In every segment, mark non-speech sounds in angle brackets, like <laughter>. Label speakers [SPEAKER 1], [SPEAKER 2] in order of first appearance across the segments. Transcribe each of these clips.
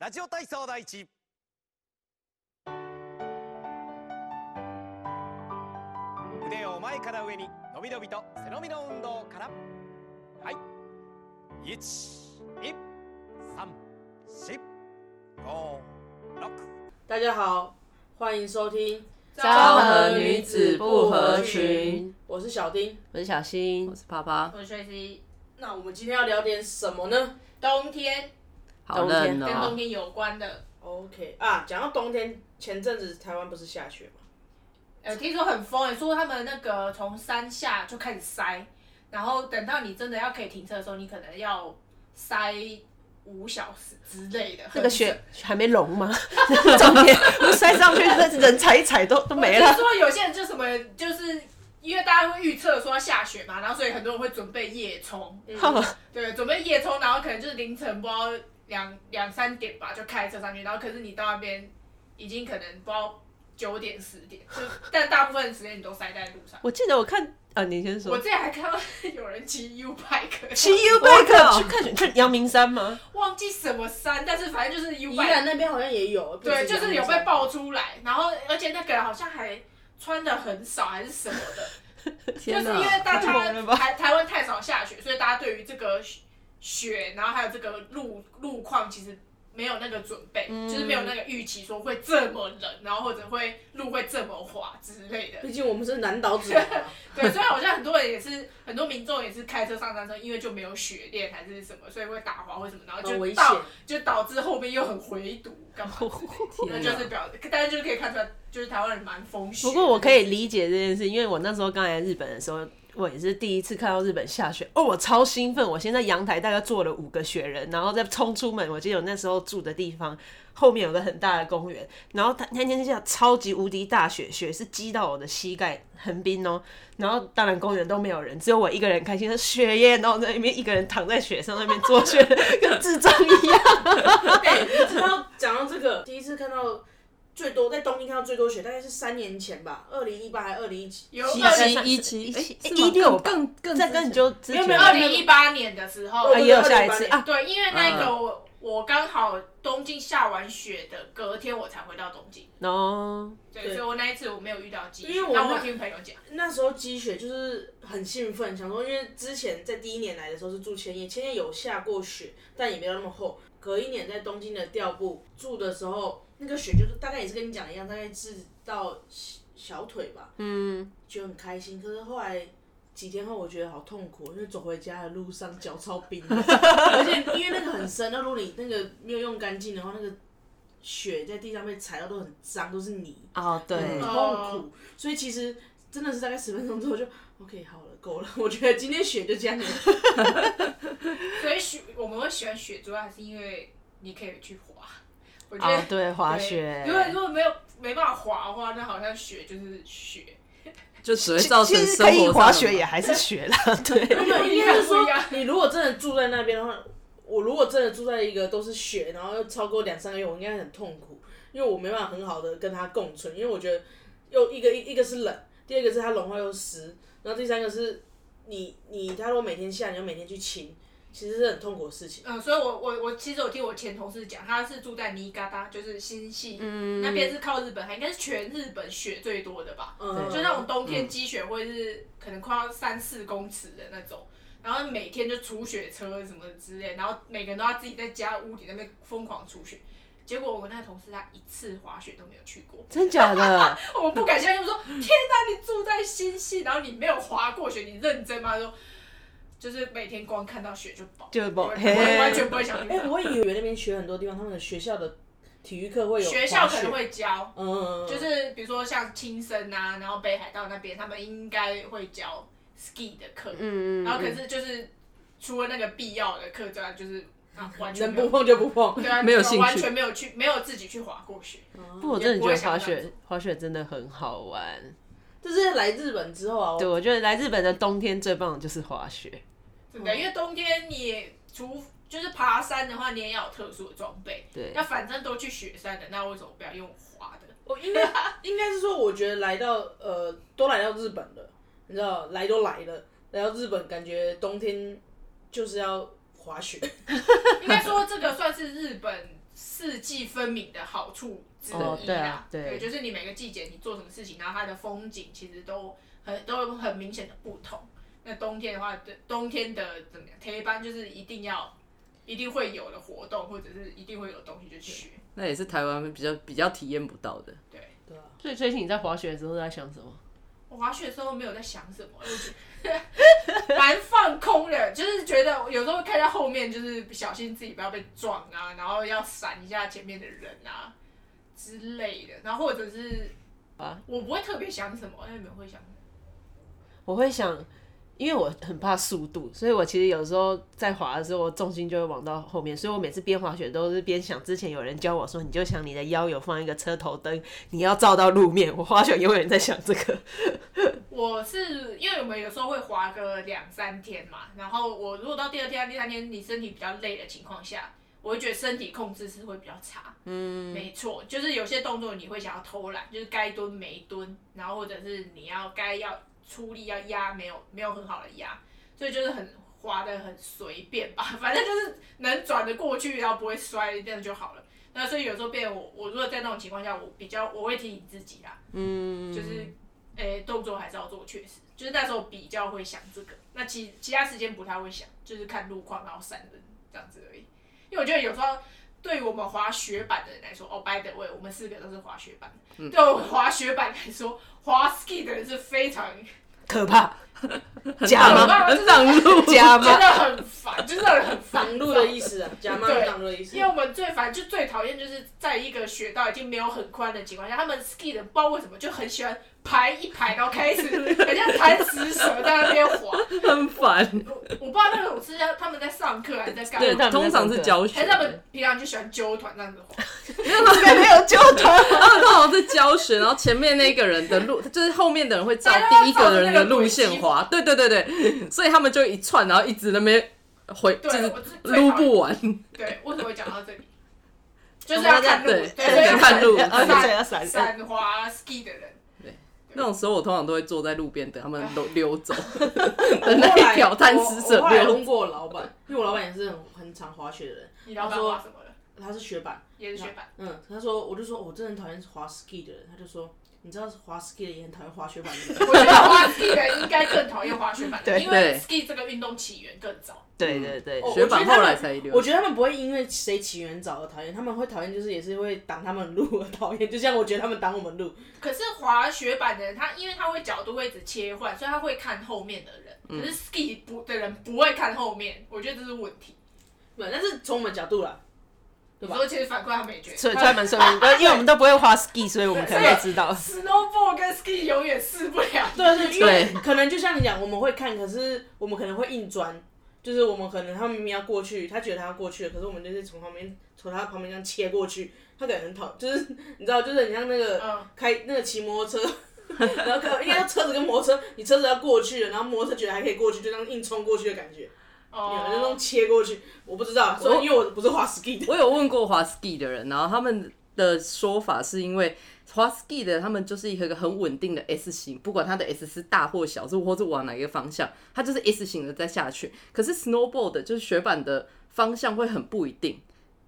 [SPEAKER 1] ラジオ体操第一。腕を前から上に伸び伸びと背伸びの運動からはい12345
[SPEAKER 2] 大家好，欢迎收听《
[SPEAKER 3] 昭和女子不合群，
[SPEAKER 2] 我是小丁。
[SPEAKER 3] 我是小新
[SPEAKER 4] 我，是啪啪，
[SPEAKER 5] 我是 Tracy，
[SPEAKER 2] 那我们今天要聊点什么呢
[SPEAKER 5] 冬天
[SPEAKER 4] 好冷
[SPEAKER 5] 跟冬
[SPEAKER 4] 哦、
[SPEAKER 5] 天有关的，
[SPEAKER 2] ？OK 啊，讲到冬天，前阵子台湾不是下雪吗？
[SPEAKER 5] 呃，听说很疯诶，说他们那个从山下就开始塞，然后等到你真的要可以停车的时候，你可能要塞五小时之类的。
[SPEAKER 3] 那个雪还没融
[SPEAKER 5] <laughs>
[SPEAKER 3] 吗？重点，我塞上去，那人踩一踩都都
[SPEAKER 5] 很
[SPEAKER 3] 没
[SPEAKER 5] 我
[SPEAKER 3] 了
[SPEAKER 5] 听。说有些人就什么，就是因为大家会预测说要下雪嘛，然后所以很多人会准备夜冲，
[SPEAKER 4] 哦
[SPEAKER 5] 对，准备夜冲，然后可能就是凌晨不知道两两三点吧，就开车上去，然后可是你到那边已经可能不知道九点十点，就 <laughs> 但大部分时间你都塞在路上。
[SPEAKER 3] <laughs> 我记得我看啊，你先
[SPEAKER 5] 我
[SPEAKER 3] 说。
[SPEAKER 5] 之前还看到有人骑 U bike，
[SPEAKER 3] 骑 U
[SPEAKER 4] 哦
[SPEAKER 3] bike 去看雪，去阳明山吗？
[SPEAKER 5] 忘记什么山，但是反正就是 U
[SPEAKER 2] 宜兰
[SPEAKER 5] bike，
[SPEAKER 2] 那边好像也有，
[SPEAKER 5] 对，
[SPEAKER 2] 不
[SPEAKER 5] 就是
[SPEAKER 2] 阳
[SPEAKER 5] 有
[SPEAKER 2] 明
[SPEAKER 5] 被
[SPEAKER 2] 山。
[SPEAKER 5] 爆出来，然后而且那个人好像还穿的很少还是什么的，就是
[SPEAKER 4] 天
[SPEAKER 5] 因为
[SPEAKER 4] 哪！
[SPEAKER 5] 大
[SPEAKER 3] 太猛了吧
[SPEAKER 5] 家台台湾太少下雪，所以大家对于这个雪雪，然后还有这个路路况，其实没有那个准备，
[SPEAKER 3] 嗯
[SPEAKER 5] 就是没有那个预期说会这么冷，然后或者会路会这么滑之类的。
[SPEAKER 2] 毕竟我们是南岛
[SPEAKER 5] <laughs>
[SPEAKER 2] 子民啊，
[SPEAKER 5] 对，虽然好像很多人也是，很多民众也是开车上山车，因为就没有雪链还是什么，所以会打滑或什么，然后
[SPEAKER 2] 很危
[SPEAKER 5] 就
[SPEAKER 2] 险。
[SPEAKER 5] 导就导致后面又很回堵，干嘛之类的？那
[SPEAKER 4] 天
[SPEAKER 5] 就
[SPEAKER 4] 哪！
[SPEAKER 5] 是表，但是就是可以看出来，就是台湾人蛮风雪。
[SPEAKER 3] 不过我可以理解这件事，因为我那时候刚来日本的时候，我也是第一次看到日本下雪，哦，我超兴奋！我先在阳台大概坐了五个雪人，然后再冲出门。我记得我那时候住的地方后面有个很大的公园，然后它那天下超级无敌大雪，雪是积到我的膝盖，横冰哦。然后当然公园都没有人，只有我一个人开心的雪耶，然后我在那边一个人躺在雪上那边做雪，跟智障一样。
[SPEAKER 2] 哎，你知道讲到这个，第一次看到最多在东京看到最多雪，大概是三年前吧，二零一八还二零一七。
[SPEAKER 5] 有
[SPEAKER 3] 七
[SPEAKER 5] 二
[SPEAKER 3] 七
[SPEAKER 5] 零
[SPEAKER 4] 一七
[SPEAKER 3] 一七
[SPEAKER 4] 哎，
[SPEAKER 3] 一六吧
[SPEAKER 4] 更更
[SPEAKER 3] 再跟你就之前
[SPEAKER 2] 没有
[SPEAKER 5] 二零一八年的时候，
[SPEAKER 3] 啊也有下一次啊，
[SPEAKER 5] 对，因为那
[SPEAKER 2] 嗯
[SPEAKER 5] 个我、我刚好东京下完雪的隔天我才回到东京，
[SPEAKER 3] 然后
[SPEAKER 5] 对，
[SPEAKER 2] 对
[SPEAKER 5] 所以我那一次我没有遇到积雪，
[SPEAKER 2] 因为我
[SPEAKER 5] 但我
[SPEAKER 2] 那
[SPEAKER 5] 听朋友讲，
[SPEAKER 2] 那时候积雪就是很兴奋，想说因为之前在第一年来的时候是住千叶，千叶有下过雪，但也没有那么厚。隔一年在东京的调布住的时候，那个雪就是大概也是跟你讲的一样，大概是到小小腿吧，嗯，就很开心。可是后来几天后，我觉得好痛苦，因为走回家的路上脚超冰的，而且因为那个很深，那如果你那个没有用干净的话，那个雪在地上被踩到都很脏，都是泥。
[SPEAKER 3] 哦对。
[SPEAKER 2] 很痛苦
[SPEAKER 5] 哦。
[SPEAKER 2] 所以其实真的是大概十分钟之后就 OK 好了，够了。 <laughs> 我觉得今天雪就这
[SPEAKER 5] <laughs>
[SPEAKER 2] 样了。
[SPEAKER 5] 所以雪我们会喜欢雪，主要还是因为你可以去
[SPEAKER 2] <laughs>
[SPEAKER 5] 滑，我觉得、
[SPEAKER 3] 哦，对，滑雪。
[SPEAKER 5] 对如果如果没有没办法滑的话，那好像雪就是雪，
[SPEAKER 4] 就只会
[SPEAKER 3] 其
[SPEAKER 4] 造成
[SPEAKER 3] 其实
[SPEAKER 4] 生
[SPEAKER 3] 可
[SPEAKER 4] 活
[SPEAKER 3] 以
[SPEAKER 4] 上
[SPEAKER 3] 滑
[SPEAKER 4] 的
[SPEAKER 3] 雪也还是雪啦，
[SPEAKER 4] <laughs>
[SPEAKER 2] 没
[SPEAKER 3] 对。
[SPEAKER 2] 有，应该是说
[SPEAKER 5] 不一样
[SPEAKER 2] 你如果真的住在那边的话，我如果真的住在一个都是雪，然后又超过两三个月，我应该很痛苦，因为我没办法很好的跟它共存，因为我觉得又一个一一个是冷，第二个是它融化又湿，然后第三个是你你它如果每天下，你要每天去清，其实是很痛苦的事情。
[SPEAKER 5] 嗯，所以我我我其实我听我前同事讲，他是住在尼加达，就是新系、
[SPEAKER 2] 嗯
[SPEAKER 5] 那边是靠日本海，应该是全日本雪最多的吧。
[SPEAKER 2] 嗯，
[SPEAKER 5] 就那种冬天积雪会是可能快要三四公尺的那种，然后每天就除雪车什么之类，然后每个人都要自己在家屋顶那边疯狂除雪。结果我那个同事他一次滑雪都没有去过， <laughs>
[SPEAKER 3] 真假
[SPEAKER 4] <laughs>
[SPEAKER 3] 的？
[SPEAKER 5] 我不敢相信，我说天哪，你住在新系，然后你没有滑过雪，你认真吗？他说就是每天光看到雪就饱，
[SPEAKER 3] 就
[SPEAKER 5] 我
[SPEAKER 3] 不
[SPEAKER 5] 我完全不会想去
[SPEAKER 2] 哎、
[SPEAKER 5] 滑。
[SPEAKER 2] 我以为那边雪很多地方，他们的学校的体育课会有
[SPEAKER 5] 学
[SPEAKER 2] 滑
[SPEAKER 5] 校可
[SPEAKER 2] 雪
[SPEAKER 5] 能会教，
[SPEAKER 2] 嗯，
[SPEAKER 5] 就是比如说像青森啊，然后北海道那边，他们应该会教 ski 的课，
[SPEAKER 3] 嗯
[SPEAKER 5] 然后可是就是除了那个必要的课之外，就是啊完全
[SPEAKER 2] 能
[SPEAKER 5] 没有
[SPEAKER 2] 不碰就不碰。
[SPEAKER 5] 对啊，
[SPEAKER 4] 没有
[SPEAKER 5] 就是
[SPEAKER 4] 兴趣
[SPEAKER 5] 完全没有去，没有自己去滑过雪。
[SPEAKER 3] 不过我
[SPEAKER 5] 也
[SPEAKER 3] 真的
[SPEAKER 5] 不
[SPEAKER 3] 觉
[SPEAKER 5] 会
[SPEAKER 3] 得滑
[SPEAKER 5] 想这样
[SPEAKER 3] 雪，滑雪真的很好玩。
[SPEAKER 2] 这是来日本之后啊，
[SPEAKER 3] 对，
[SPEAKER 2] 我
[SPEAKER 3] 我觉得来日本的冬天最棒的就是滑雪。
[SPEAKER 5] 对不对？因为冬天你也除就是爬山的话，你也要有特殊的装备。
[SPEAKER 3] 对
[SPEAKER 5] 那反正都去雪山的，那为什么不要用滑的？
[SPEAKER 2] 我应该应该是说，我觉得来到呃，都来到日本了，你知道，来都来了，来到日本感觉
[SPEAKER 4] <laughs>
[SPEAKER 2] 冬天就是要滑雪，
[SPEAKER 5] 应该说这个算是日本四季分明的好处之一啦。
[SPEAKER 3] 哦对啊对
[SPEAKER 5] 对，就是你每个季节你做什么事情，然后它的风景其实都很都有很明显的不同。那冬天的话，对冬天的怎么样？铁班就是一定要一定会有的活动，或者是一定会有东西就学。
[SPEAKER 4] 那也是台湾比较比较体验不到的。
[SPEAKER 5] 对
[SPEAKER 2] 对啊，
[SPEAKER 3] 所以崔婷你在滑雪的时候在想什么？
[SPEAKER 5] 我滑雪的时候没有在想什么，我觉得 <laughs> 蛮放空的，就是觉得有时候会看到后面，就是小心自己不要被撞啊，然后要闪一下前面的人啊之类的，然后或者是
[SPEAKER 3] 啊，
[SPEAKER 5] 我不会特别想什么，那你们会想什么？
[SPEAKER 3] 我会想，因为我很怕速度，所以我其实有时候在滑的时候，我重心就会往到后面，所以我每次边滑雪都是边想，之前有人教我说，你就想你的腰有放一个车头灯，你要照到路面。我滑雪永远在想这个。 <laughs>
[SPEAKER 5] 我是因为我们有时候会滑个两三天嘛，然后我如果到第二天、第三天你身体比较累的情况下，我会觉得身体控制是会比较差。嗯，没错，就是有些动作你会想要偷懒，就是该蹲没蹲，然后或者是你要该要出力要压，没有没有很好的压，所以就是很滑的很随便吧， <laughs> 反正就是能转得过去，然后不会摔，这样就好了。那所以有时候变我，我如果在那种情况下，我比较我会提醒自己啦，嗯，就是诶、动作还是要做，确实，就是那时候比较会想这个。那其其他时间不太会想，就是看路况然后闪人这样子而已。因为我觉得有时候对于我们滑雪板的人来说，哦，by the way，我们四个都是滑雪板的。
[SPEAKER 2] 嗯
[SPEAKER 5] 对我们滑雪板来说，滑 ski 的人是非常
[SPEAKER 3] 可怕，假
[SPEAKER 5] 很
[SPEAKER 4] 吗
[SPEAKER 5] 可怕
[SPEAKER 4] 很挡路，
[SPEAKER 3] 假
[SPEAKER 5] 真
[SPEAKER 3] 吗？ <laughs>
[SPEAKER 5] 的很烦，就是让人很烦
[SPEAKER 2] 挡路的意思
[SPEAKER 4] <laughs>
[SPEAKER 2] 啊，假冒
[SPEAKER 5] 对
[SPEAKER 2] 挡路的意思
[SPEAKER 5] 因。为我们最烦就最讨厌就是在一个雪道已经没有很宽的情况下，他们 ski 的不知道为什么就很喜欢排一排，然后开始 <laughs> 很像弹石蛇在那边滑。
[SPEAKER 4] 很烦。
[SPEAKER 5] 我我不知道那种是要他们在上课还是在干
[SPEAKER 4] 对，
[SPEAKER 5] 嘛，
[SPEAKER 3] 他们在
[SPEAKER 4] 通常是教学
[SPEAKER 2] 哎
[SPEAKER 5] 还是，他们平常就喜欢揪团这样子
[SPEAKER 4] <laughs>
[SPEAKER 5] 滑。
[SPEAKER 3] 没有 <laughs> 救他。
[SPEAKER 4] 他 <laughs> 们通常是教学，然后前面那个人的路，就是后面的人会照
[SPEAKER 2] 哎
[SPEAKER 4] 第一个人的路线滑。对对对对，所以他们就一串，然后一直那边回，就
[SPEAKER 5] 对
[SPEAKER 4] 是
[SPEAKER 5] 我是最讨厌
[SPEAKER 4] 撸不完。
[SPEAKER 5] 对，为什么会讲到
[SPEAKER 4] <laughs>
[SPEAKER 5] 这里？就是要看路，
[SPEAKER 4] 对
[SPEAKER 5] 所以要
[SPEAKER 4] 看路
[SPEAKER 3] 而
[SPEAKER 4] <laughs> 对
[SPEAKER 3] 且要闪人。
[SPEAKER 5] 散滑 ski 的人。
[SPEAKER 4] 那种时候，我通常都会坐在路边等他们都溜
[SPEAKER 2] <laughs>
[SPEAKER 4] 走，
[SPEAKER 2] 我
[SPEAKER 4] 等那一条贪吃
[SPEAKER 2] 我
[SPEAKER 4] 蛇
[SPEAKER 2] 后来
[SPEAKER 4] 溜走。
[SPEAKER 2] 问过我老板，因为我老板也是很很常滑雪的人，
[SPEAKER 5] 你老板滑什么了？
[SPEAKER 2] 他是雪板，
[SPEAKER 5] 也是雪
[SPEAKER 4] <laughs>
[SPEAKER 5] 板。
[SPEAKER 2] 嗯，他说我就说我真的很讨厌滑 ski 的人，他就说你知道滑 ski 的也很讨厌滑雪板的人，
[SPEAKER 5] 我
[SPEAKER 2] <laughs>
[SPEAKER 5] 觉得滑 ski 的人应该更讨厌滑雪板的，
[SPEAKER 3] 对
[SPEAKER 5] 因为
[SPEAKER 4] 对
[SPEAKER 5] ski 这个运动起源更早。
[SPEAKER 3] 对对对，
[SPEAKER 2] 哦
[SPEAKER 4] 雪板后来才
[SPEAKER 2] 我
[SPEAKER 4] 溜，
[SPEAKER 2] 觉得他们不会因为谁起源早而讨厌，他们会讨厌就是也是会挡他们路而讨厌，就像我觉得他们挡我们路，
[SPEAKER 5] 可是滑雪板的人，他因为他会角度会一直切换，所以他会看后面的人。可
[SPEAKER 4] 嗯
[SPEAKER 5] 是 ski 不的人不会看后面，我觉得这是问题。
[SPEAKER 2] 对，但是从我们角度啦，对
[SPEAKER 5] 有
[SPEAKER 2] 吧
[SPEAKER 5] 时候其实反过来他们也觉
[SPEAKER 3] 所以
[SPEAKER 5] 得
[SPEAKER 3] 专门说明，因为我们都不会滑 ski，所以我们可能会知道。 <laughs>
[SPEAKER 5] snowboard 跟 ski 永远试不了。
[SPEAKER 2] 对对，因为
[SPEAKER 4] 对
[SPEAKER 2] 可能就像你讲，我们会看，可是我们可能会硬钻，就是我们可能他明明要过去，他觉得他要过去了，可是我们就是从旁边从他旁边这样切过去，他感觉很讨，就是你知道，就是很像那个、
[SPEAKER 5] 嗯
[SPEAKER 2] 开那个骑摩托车。然后可能应该车子跟摩托车，你车子要过去了，然后摩托车觉得还可以过去，就这样硬冲过去的感觉，有那种
[SPEAKER 5] 哦，
[SPEAKER 2] 切过去，我不知道，所以因为我不是滑 ski 的，
[SPEAKER 4] 我有问过滑 ski 的人，然后他们的说法是因为滑 ski 的他们就是一个很稳定的 S 型，不管它的 S 是大或小，是或是往哪一个方向，它就是 S 型的再下去。可是 snowboard 就是雪板的方向会很不一定，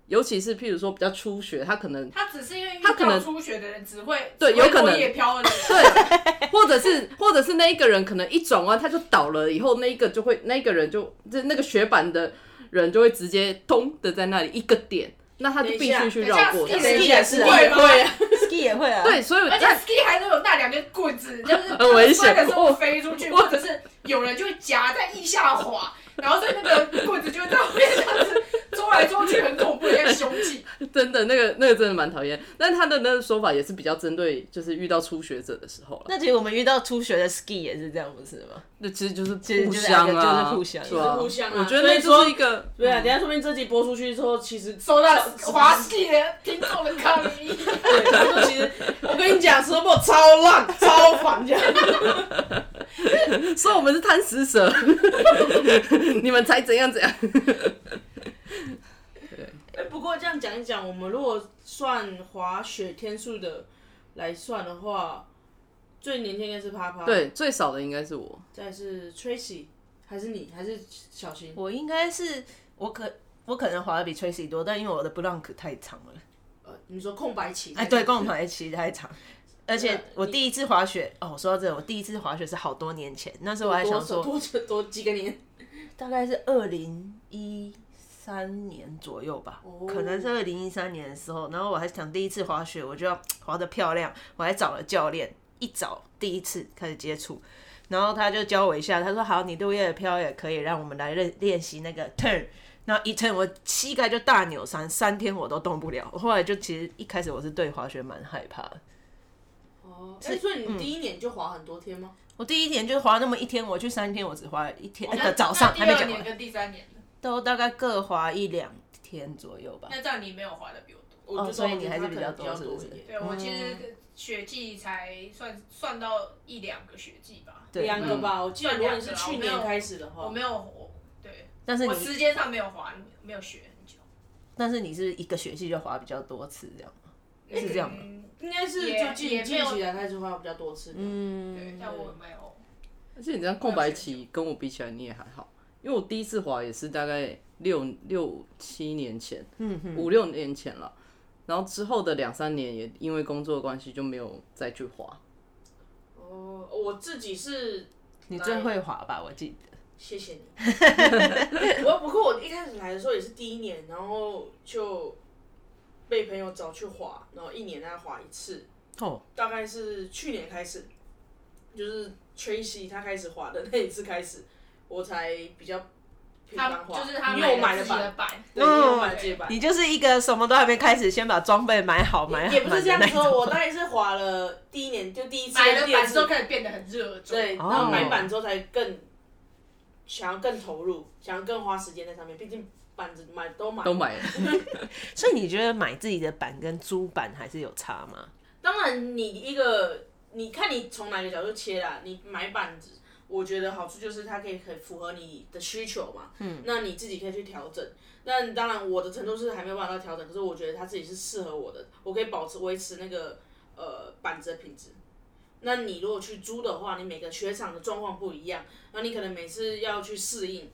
[SPEAKER 4] 尤其是譬如说比较初学，他可能
[SPEAKER 5] 他只是因为遇
[SPEAKER 4] 他可
[SPEAKER 5] 到
[SPEAKER 4] 能
[SPEAKER 5] 初学的人只会
[SPEAKER 4] 对
[SPEAKER 5] 只会
[SPEAKER 4] 有可能
[SPEAKER 5] 落叶飘的人，
[SPEAKER 4] <laughs> 对，或者是或者是那一个人可能一转弯他就倒了，以后那一个就会那一个人就就那个雪板的人就会直接咚的在那里一个点，那他就必须去
[SPEAKER 5] 等一
[SPEAKER 4] 绕
[SPEAKER 5] 下
[SPEAKER 4] 过
[SPEAKER 5] ski
[SPEAKER 4] 它。
[SPEAKER 5] 的人
[SPEAKER 2] 一下是
[SPEAKER 5] 不会吗？
[SPEAKER 2] 会啊
[SPEAKER 3] ski 也会啊，
[SPEAKER 4] 对，所以
[SPEAKER 5] 而且
[SPEAKER 4] 在
[SPEAKER 5] ski 还是有那两根棍
[SPEAKER 4] <laughs>
[SPEAKER 5] 子，就是
[SPEAKER 4] 很危险
[SPEAKER 5] 摔
[SPEAKER 4] 哦
[SPEAKER 5] 的时候飞出去，
[SPEAKER 4] 我
[SPEAKER 5] 或者是有人就会夹在腋下滑，然后所以那个棍子就会在后面这样子捉来捉去，很恐怖，像凶
[SPEAKER 4] <laughs>
[SPEAKER 5] 器。
[SPEAKER 4] <laughs> 真的那个那个真的蛮讨厌，但他的那个说法也是比较针对，就是遇到初学者的时候了。
[SPEAKER 3] 那其实我们遇到初学的 ski 也是这样，不是吗？
[SPEAKER 4] 那其实就是
[SPEAKER 3] 其实
[SPEAKER 4] 互
[SPEAKER 3] 就是
[SPEAKER 4] 相啊，
[SPEAKER 3] 就是互相
[SPEAKER 4] 对
[SPEAKER 2] 就
[SPEAKER 4] 啊
[SPEAKER 2] 是互相啊
[SPEAKER 4] 我觉得那就是一个
[SPEAKER 2] 对啊，等一下说不定这集播出去之后，其实
[SPEAKER 5] 收到滑 ski 的听众的抗议，
[SPEAKER 2] 对，他说其实 <laughs> 我跟你讲，石头超烂，超烦这样。
[SPEAKER 4] 所以我们是贪食蛇， <laughs> 你们才怎样怎样。
[SPEAKER 2] 哎不过这样讲一讲，我们如果算滑雪天数的来算的话，最年轻应该是啪啪，，
[SPEAKER 4] 对，最少的应该是我，
[SPEAKER 2] 再是 Tracy，还是你，还是小新？
[SPEAKER 3] 我应该是我可我可能滑的比 Tracy 多，但因为我的 Blank 太长了，
[SPEAKER 2] 呃，你说空白期？
[SPEAKER 3] 哎，对，跟我们一起太长。而且我
[SPEAKER 2] 你
[SPEAKER 3] 第一次滑雪，哦，我说到这个，我第一次滑雪是好多年前，那时候我还想
[SPEAKER 2] 多
[SPEAKER 3] 说，
[SPEAKER 2] 多多多几个年，
[SPEAKER 3] 大概是二零一三年左右吧，
[SPEAKER 2] 哦
[SPEAKER 3] 可能是二零一三年的时候，然后我还想第一次滑雪，我就要滑得漂亮，我还找了教练，一早第一次开始接触，然后他就教我一下，他说好，你六月飘也可以，让我们来练练习那个 turn。然后一 turn 我膝盖就大扭伤，三天我都动不了。我后来就其实一开始我是对滑雪蛮害怕的，
[SPEAKER 2] 哦，哎，所
[SPEAKER 3] 嗯
[SPEAKER 2] 以你第一年就滑很多天吗？
[SPEAKER 3] 我第一年就滑那么一天，我去三天，我只滑了一天，
[SPEAKER 5] 那
[SPEAKER 3] 呃早上还没
[SPEAKER 5] 那第
[SPEAKER 3] 讲
[SPEAKER 5] 二
[SPEAKER 3] 完
[SPEAKER 5] 年，跟第三年呢
[SPEAKER 3] 都大概各滑一两天左右吧。
[SPEAKER 5] 那这样你没有滑的比我多。
[SPEAKER 2] 我就
[SPEAKER 3] 哦所以
[SPEAKER 2] 说
[SPEAKER 3] 你还是
[SPEAKER 2] 他
[SPEAKER 3] 比
[SPEAKER 2] 可
[SPEAKER 3] 较
[SPEAKER 2] 能
[SPEAKER 3] 多
[SPEAKER 2] 比较
[SPEAKER 3] 是
[SPEAKER 2] 多
[SPEAKER 3] 不
[SPEAKER 2] 一
[SPEAKER 3] 是
[SPEAKER 2] 点。
[SPEAKER 5] 对我其
[SPEAKER 2] 嗯
[SPEAKER 5] 实雪季才算算到一两个雪季吧，
[SPEAKER 3] 对嗯
[SPEAKER 2] 两个吧，我记得如果你是
[SPEAKER 5] 两个啦
[SPEAKER 2] 去
[SPEAKER 5] 我没有
[SPEAKER 2] 年开始的话，
[SPEAKER 5] 我没有我对，
[SPEAKER 3] 但是
[SPEAKER 5] 我
[SPEAKER 3] 你，
[SPEAKER 5] 时间上没有滑，没有雪很久，
[SPEAKER 3] 但是你是一个学期就滑比较多次这样，是这样吗
[SPEAKER 5] 嗯
[SPEAKER 2] 应该是
[SPEAKER 5] 也
[SPEAKER 2] 就近
[SPEAKER 5] 也没
[SPEAKER 2] 近
[SPEAKER 5] 有
[SPEAKER 2] 期来开始滑比较多次。嗯，
[SPEAKER 5] 对，
[SPEAKER 3] 嗯，
[SPEAKER 5] 但我没有。
[SPEAKER 4] 而且你这样空白期跟我比起来，你也还好，因为我第一次滑也是大概六六七年前，嗯五六年前了。然后之后的两三年也因为工作的关系就没有再去滑。
[SPEAKER 2] 哦，我自己是
[SPEAKER 3] 你最会滑吧？我记得，
[SPEAKER 2] 谢谢你。 <laughs> 我不过我一开始来的时候也是第一年，然后就被朋友找去滑，然后一年大概滑一次，
[SPEAKER 3] 哦，
[SPEAKER 2] 大概是去年开始，就是 Tracy 他开始滑的那一次开始，我才比较频繁
[SPEAKER 5] 他
[SPEAKER 2] 滑，
[SPEAKER 5] 就是他
[SPEAKER 2] 因为我买
[SPEAKER 5] 买了
[SPEAKER 2] 了
[SPEAKER 5] 自己的哦
[SPEAKER 2] 板，
[SPEAKER 5] 板，
[SPEAKER 2] 对，因为我买了自己的板。
[SPEAKER 3] 你就是一个什么都还没开始，先把装备买好买好，
[SPEAKER 2] 也不是这样
[SPEAKER 3] 买的那
[SPEAKER 2] 说，
[SPEAKER 3] 种
[SPEAKER 2] 我大概是滑了第一年就第一次
[SPEAKER 5] 买了
[SPEAKER 2] 第二
[SPEAKER 5] 板
[SPEAKER 2] 次
[SPEAKER 5] 之后开始变得很热衷。
[SPEAKER 2] 对，
[SPEAKER 3] 哦
[SPEAKER 2] 然后买板之后才更想要更投入，想要更花时间在上面。毕竟板子买都买，
[SPEAKER 4] 都买了，
[SPEAKER 3] 所以你觉得买自己的板跟租板还是有差吗？
[SPEAKER 2] 当然你一个你看你从哪个角度切啦，你买板子。我觉得好处就是它可以很符合你的需求嘛，嗯，那你自己可以去调整。那当然我的程度是还没有办法到调整，可是我觉得它自己是适合我的，我可以保持维持那个呃板子的品质。那你如果去租的话，你每个雪场的状况不一样，那你可能每次要去适应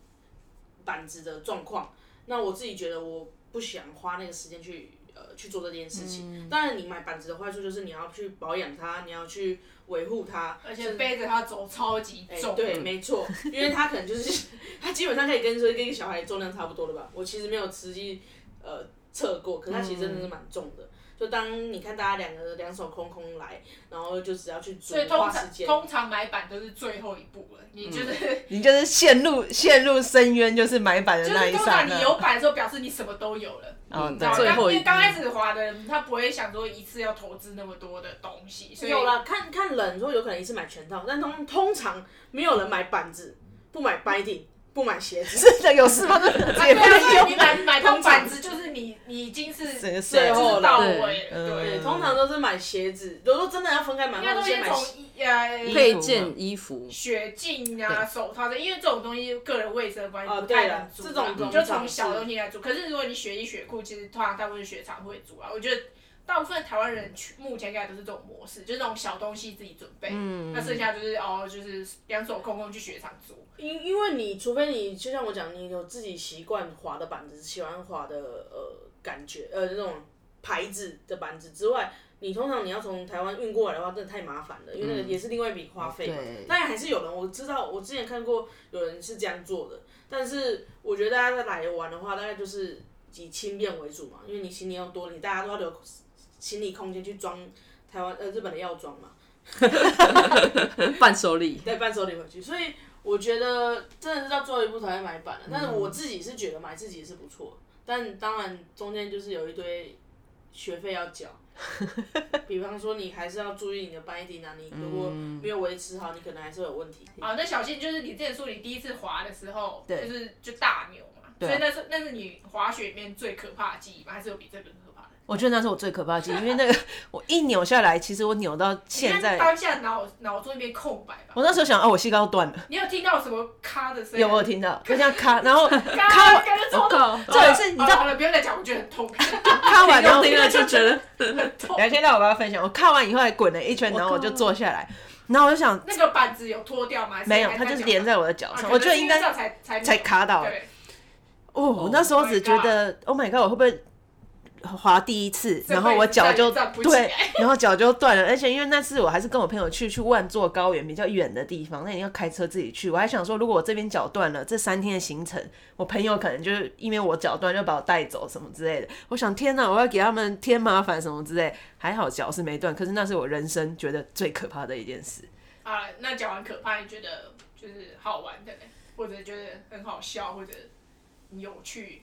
[SPEAKER 2] 板子的状况。那我自己觉得我不想花那个时间去呃去做这件事情。当然，你买板子的坏处就是你要去保养它，你要去维护它，
[SPEAKER 5] 而
[SPEAKER 2] 甚
[SPEAKER 5] 且
[SPEAKER 2] 至
[SPEAKER 5] 背着它走超级
[SPEAKER 2] 哎
[SPEAKER 5] 重，
[SPEAKER 2] 对，没错，因为他可能就是他基本上可以跟说跟一个小孩重量差不多了吧。我其实没有实际呃测过，可是他其实真的
[SPEAKER 5] 嗯
[SPEAKER 2] 是蛮重的。就当你看大家两个两手空空来，然后就只要去煮
[SPEAKER 5] 所以通
[SPEAKER 2] 花
[SPEAKER 5] 常
[SPEAKER 2] 时间，嗯
[SPEAKER 5] 通常买板都是最后一步了，你 <laughs> 就是、
[SPEAKER 3] 你就是陷入陷入深渊，就是买板的
[SPEAKER 5] 就
[SPEAKER 3] 那
[SPEAKER 5] 是
[SPEAKER 3] 一
[SPEAKER 5] 通
[SPEAKER 3] 刹
[SPEAKER 5] 常
[SPEAKER 3] 那
[SPEAKER 5] 你。有板的时候，表示你什么都有了。
[SPEAKER 3] 哦
[SPEAKER 4] 嗯
[SPEAKER 5] 你知道吗
[SPEAKER 4] 最后一
[SPEAKER 5] 因为刚开始滑的人，他不会想说一次要投资那么多的东西，所以
[SPEAKER 2] 有啦，看看人说有可能一次买全套，但通通常没有人买板子，不买白顶，不买鞋子，
[SPEAKER 3] 真的有事吗？这
[SPEAKER 5] 对
[SPEAKER 3] 也不
[SPEAKER 2] <laughs>
[SPEAKER 5] 啊，所以
[SPEAKER 3] 用
[SPEAKER 5] 你买买通板子，就是你你已经是
[SPEAKER 3] 整个
[SPEAKER 5] <laughs> 对
[SPEAKER 3] 社
[SPEAKER 5] 就
[SPEAKER 2] 后
[SPEAKER 5] 是到
[SPEAKER 4] 对
[SPEAKER 5] 位了，
[SPEAKER 3] 嗯
[SPEAKER 5] 对
[SPEAKER 2] 对，，通常都是买鞋子。如果真的要分开买
[SPEAKER 5] 应
[SPEAKER 2] 的
[SPEAKER 5] 该
[SPEAKER 2] 话，
[SPEAKER 5] 都
[SPEAKER 2] 先
[SPEAKER 5] 是
[SPEAKER 2] 买鞋
[SPEAKER 5] 从一呃
[SPEAKER 3] 配
[SPEAKER 4] 配件、衣服，
[SPEAKER 5] 雪镜啊、手套的，因为这种东西个人卫生的关系
[SPEAKER 2] 哦
[SPEAKER 5] 不太
[SPEAKER 2] 对
[SPEAKER 5] 能
[SPEAKER 2] 啦
[SPEAKER 5] 租
[SPEAKER 2] 这
[SPEAKER 5] 啊，
[SPEAKER 2] 种东
[SPEAKER 5] 就
[SPEAKER 2] 西
[SPEAKER 5] 从
[SPEAKER 2] 是
[SPEAKER 5] 小东西来租。可是如果你雪衣雪裤，其实通常大部分雪场会租啊。我觉得大部分台湾人去目前应该都是这种模式，就是那种小东西自己准备，那剩下就是哦，就是两手空空去雪场租。
[SPEAKER 2] 因因为你除非你就像我讲，你有自己习惯滑的板子，喜欢滑的呃感觉呃那种牌子的板子之外，你通常你要从台湾运过来的话，真的太麻烦了，因为那个也是另外一笔花费嘛。
[SPEAKER 3] 对
[SPEAKER 2] 当然还是有人，我知道我之前看过有人是这样做的，但是我觉得大家在来玩的话，大概就是以轻便为主嘛，因为你行李要多，你大家都要留行李空间去装台湾呃日本的药妆嘛。
[SPEAKER 4] 伴手礼。
[SPEAKER 2] 带伴手礼回去，所以我觉得真的是到最后一步才会买板的。但是我自己是觉得买自己是不错，但当然中间就是有一堆学费要
[SPEAKER 5] <laughs>
[SPEAKER 2] 缴，比方说你还是要注意你的班一定啊，你如果
[SPEAKER 5] 嗯
[SPEAKER 2] 没有维持好，你可能还是会有问题。
[SPEAKER 5] 啊，那小新就是你之前说你第一次滑的时候，就
[SPEAKER 3] 对
[SPEAKER 5] 是就大牛嘛，
[SPEAKER 3] 对
[SPEAKER 5] 所
[SPEAKER 3] 啊
[SPEAKER 5] 以那是那是你滑雪里面最可怕的记忆吗？还是有比这个更可怕的？
[SPEAKER 3] 我觉得那是我最可怕的记忆，因为那个我一扭下来，其实我扭到现
[SPEAKER 5] 你看
[SPEAKER 2] <laughs>
[SPEAKER 3] 在，
[SPEAKER 5] 当下脑脑中一片空白吧
[SPEAKER 3] 我。那时候想，哦，我膝盖要断了。
[SPEAKER 5] 你有听到什么咔的声音？
[SPEAKER 3] 有我有听到，就这样咔，
[SPEAKER 2] <laughs>
[SPEAKER 3] 然后咔
[SPEAKER 5] 咔，
[SPEAKER 3] 完，
[SPEAKER 5] 感觉超痛。
[SPEAKER 4] 靠！
[SPEAKER 3] 重点是你知
[SPEAKER 5] 好
[SPEAKER 3] 道
[SPEAKER 5] 了，不要再讲，我觉得很痛，
[SPEAKER 3] 咔完，然后
[SPEAKER 4] 听了就觉得
[SPEAKER 5] 很
[SPEAKER 3] <laughs>
[SPEAKER 5] 痛。
[SPEAKER 3] 聊天让我跟他分享，我看完以后还滚了一圈，然后我就坐下来，然后我就想
[SPEAKER 5] 那个板子有脱掉吗？还是
[SPEAKER 3] 没有，
[SPEAKER 5] 还
[SPEAKER 3] 它
[SPEAKER 5] 在
[SPEAKER 3] 就是
[SPEAKER 5] 脚
[SPEAKER 3] 连
[SPEAKER 5] 上
[SPEAKER 3] 在我的脚
[SPEAKER 5] 啊
[SPEAKER 3] 上，
[SPEAKER 5] 可
[SPEAKER 3] 我觉得
[SPEAKER 5] 能是
[SPEAKER 3] 应
[SPEAKER 5] 因为这
[SPEAKER 3] 该
[SPEAKER 5] 样才才
[SPEAKER 3] 才
[SPEAKER 5] 扭
[SPEAKER 3] 卡到了。
[SPEAKER 5] 对，
[SPEAKER 3] 哦，我那时候只觉得 Oh my God，我会不会？滑第一次，然后我脚就
[SPEAKER 5] 再也站不起来
[SPEAKER 3] 对，然后脚就断了。而且因为那次我还是跟我朋友去去万座高原比较远的地方，那你要开车自己去。我还想说，如果我这边脚断了，这三天的行程，我朋友可能就是因为我脚断就把我带走什么之类的。我想天哪，我要给他们添麻烦什么之类。还好脚是没断，可是那是我人生觉得最可怕的一件事。
[SPEAKER 5] 啊，那讲完可怕，你觉得就是好玩的嘞，或者觉得很好笑，或者有趣？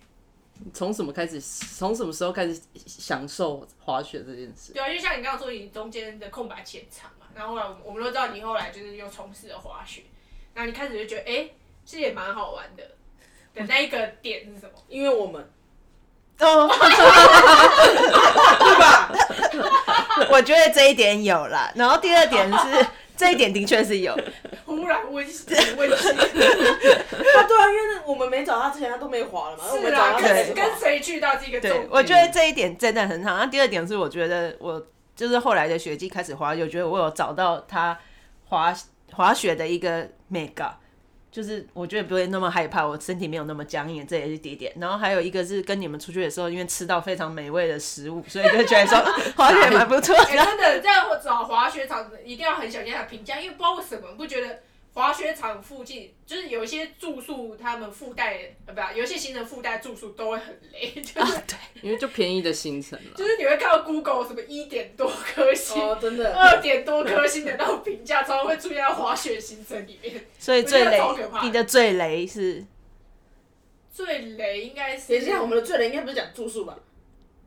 [SPEAKER 4] 从什么开始？从什么时候开始享受滑雪这件事？
[SPEAKER 5] 对啊，就像你刚刚说，你中间的空白浅长嘛，然后后来我们我们都知道你后来就是又从事了滑雪，那你开始就觉得，哎、其实也蛮好玩的。的那一个点是什么？
[SPEAKER 2] 因为我们
[SPEAKER 3] 哦，
[SPEAKER 2] 对吧？
[SPEAKER 3] <laughs> 我觉得这一点有啦。然后第二点
[SPEAKER 5] <laughs>
[SPEAKER 3] 是，这一点的确是有。
[SPEAKER 5] 忽然 <laughs> 温馨，温馨。
[SPEAKER 2] 啊，对啊，因为我们没找他之前，他都没滑了嘛，我们
[SPEAKER 5] 是
[SPEAKER 2] 找
[SPEAKER 5] 啊，
[SPEAKER 2] 他
[SPEAKER 3] 对
[SPEAKER 2] 开始
[SPEAKER 5] 跟
[SPEAKER 2] 滑
[SPEAKER 5] 跟谁去到这个重
[SPEAKER 3] 对
[SPEAKER 5] 点，？
[SPEAKER 3] 我觉得这一点真的很好。那第二点是，我觉得我就是后来的雪季开始滑，有觉得我有找到它滑滑雪的一个 mega，就是我觉得不会那么害怕，我身体没有那么僵硬，这也是第一点。然后还有一个是跟你们出去的时候，因为吃到非常美味的食物，所以就觉得说
[SPEAKER 5] <laughs>
[SPEAKER 3] 滑雪蛮不错
[SPEAKER 5] 哎、
[SPEAKER 3] 的。
[SPEAKER 5] 真的，在我找滑雪场一定要很小心他的评价，因为不知道为什么，不觉得滑雪场附近就是有一些住宿，他们附带呃，不是，有一些行程附带住宿都会很累， <laughs> 就是、
[SPEAKER 4] 因为就便宜的行程了。
[SPEAKER 5] 就是你会看到 Google 什么一点多颗星。
[SPEAKER 2] 哦，真的，
[SPEAKER 5] 二点多颗星的那种评价，常常会出现在滑雪行程里面。
[SPEAKER 3] 所以最雷
[SPEAKER 5] 我觉得超可怕，的
[SPEAKER 3] 你的最雷是，
[SPEAKER 5] 最雷应该是
[SPEAKER 2] 等一下，我们的罪人应该不是讲住宿吧？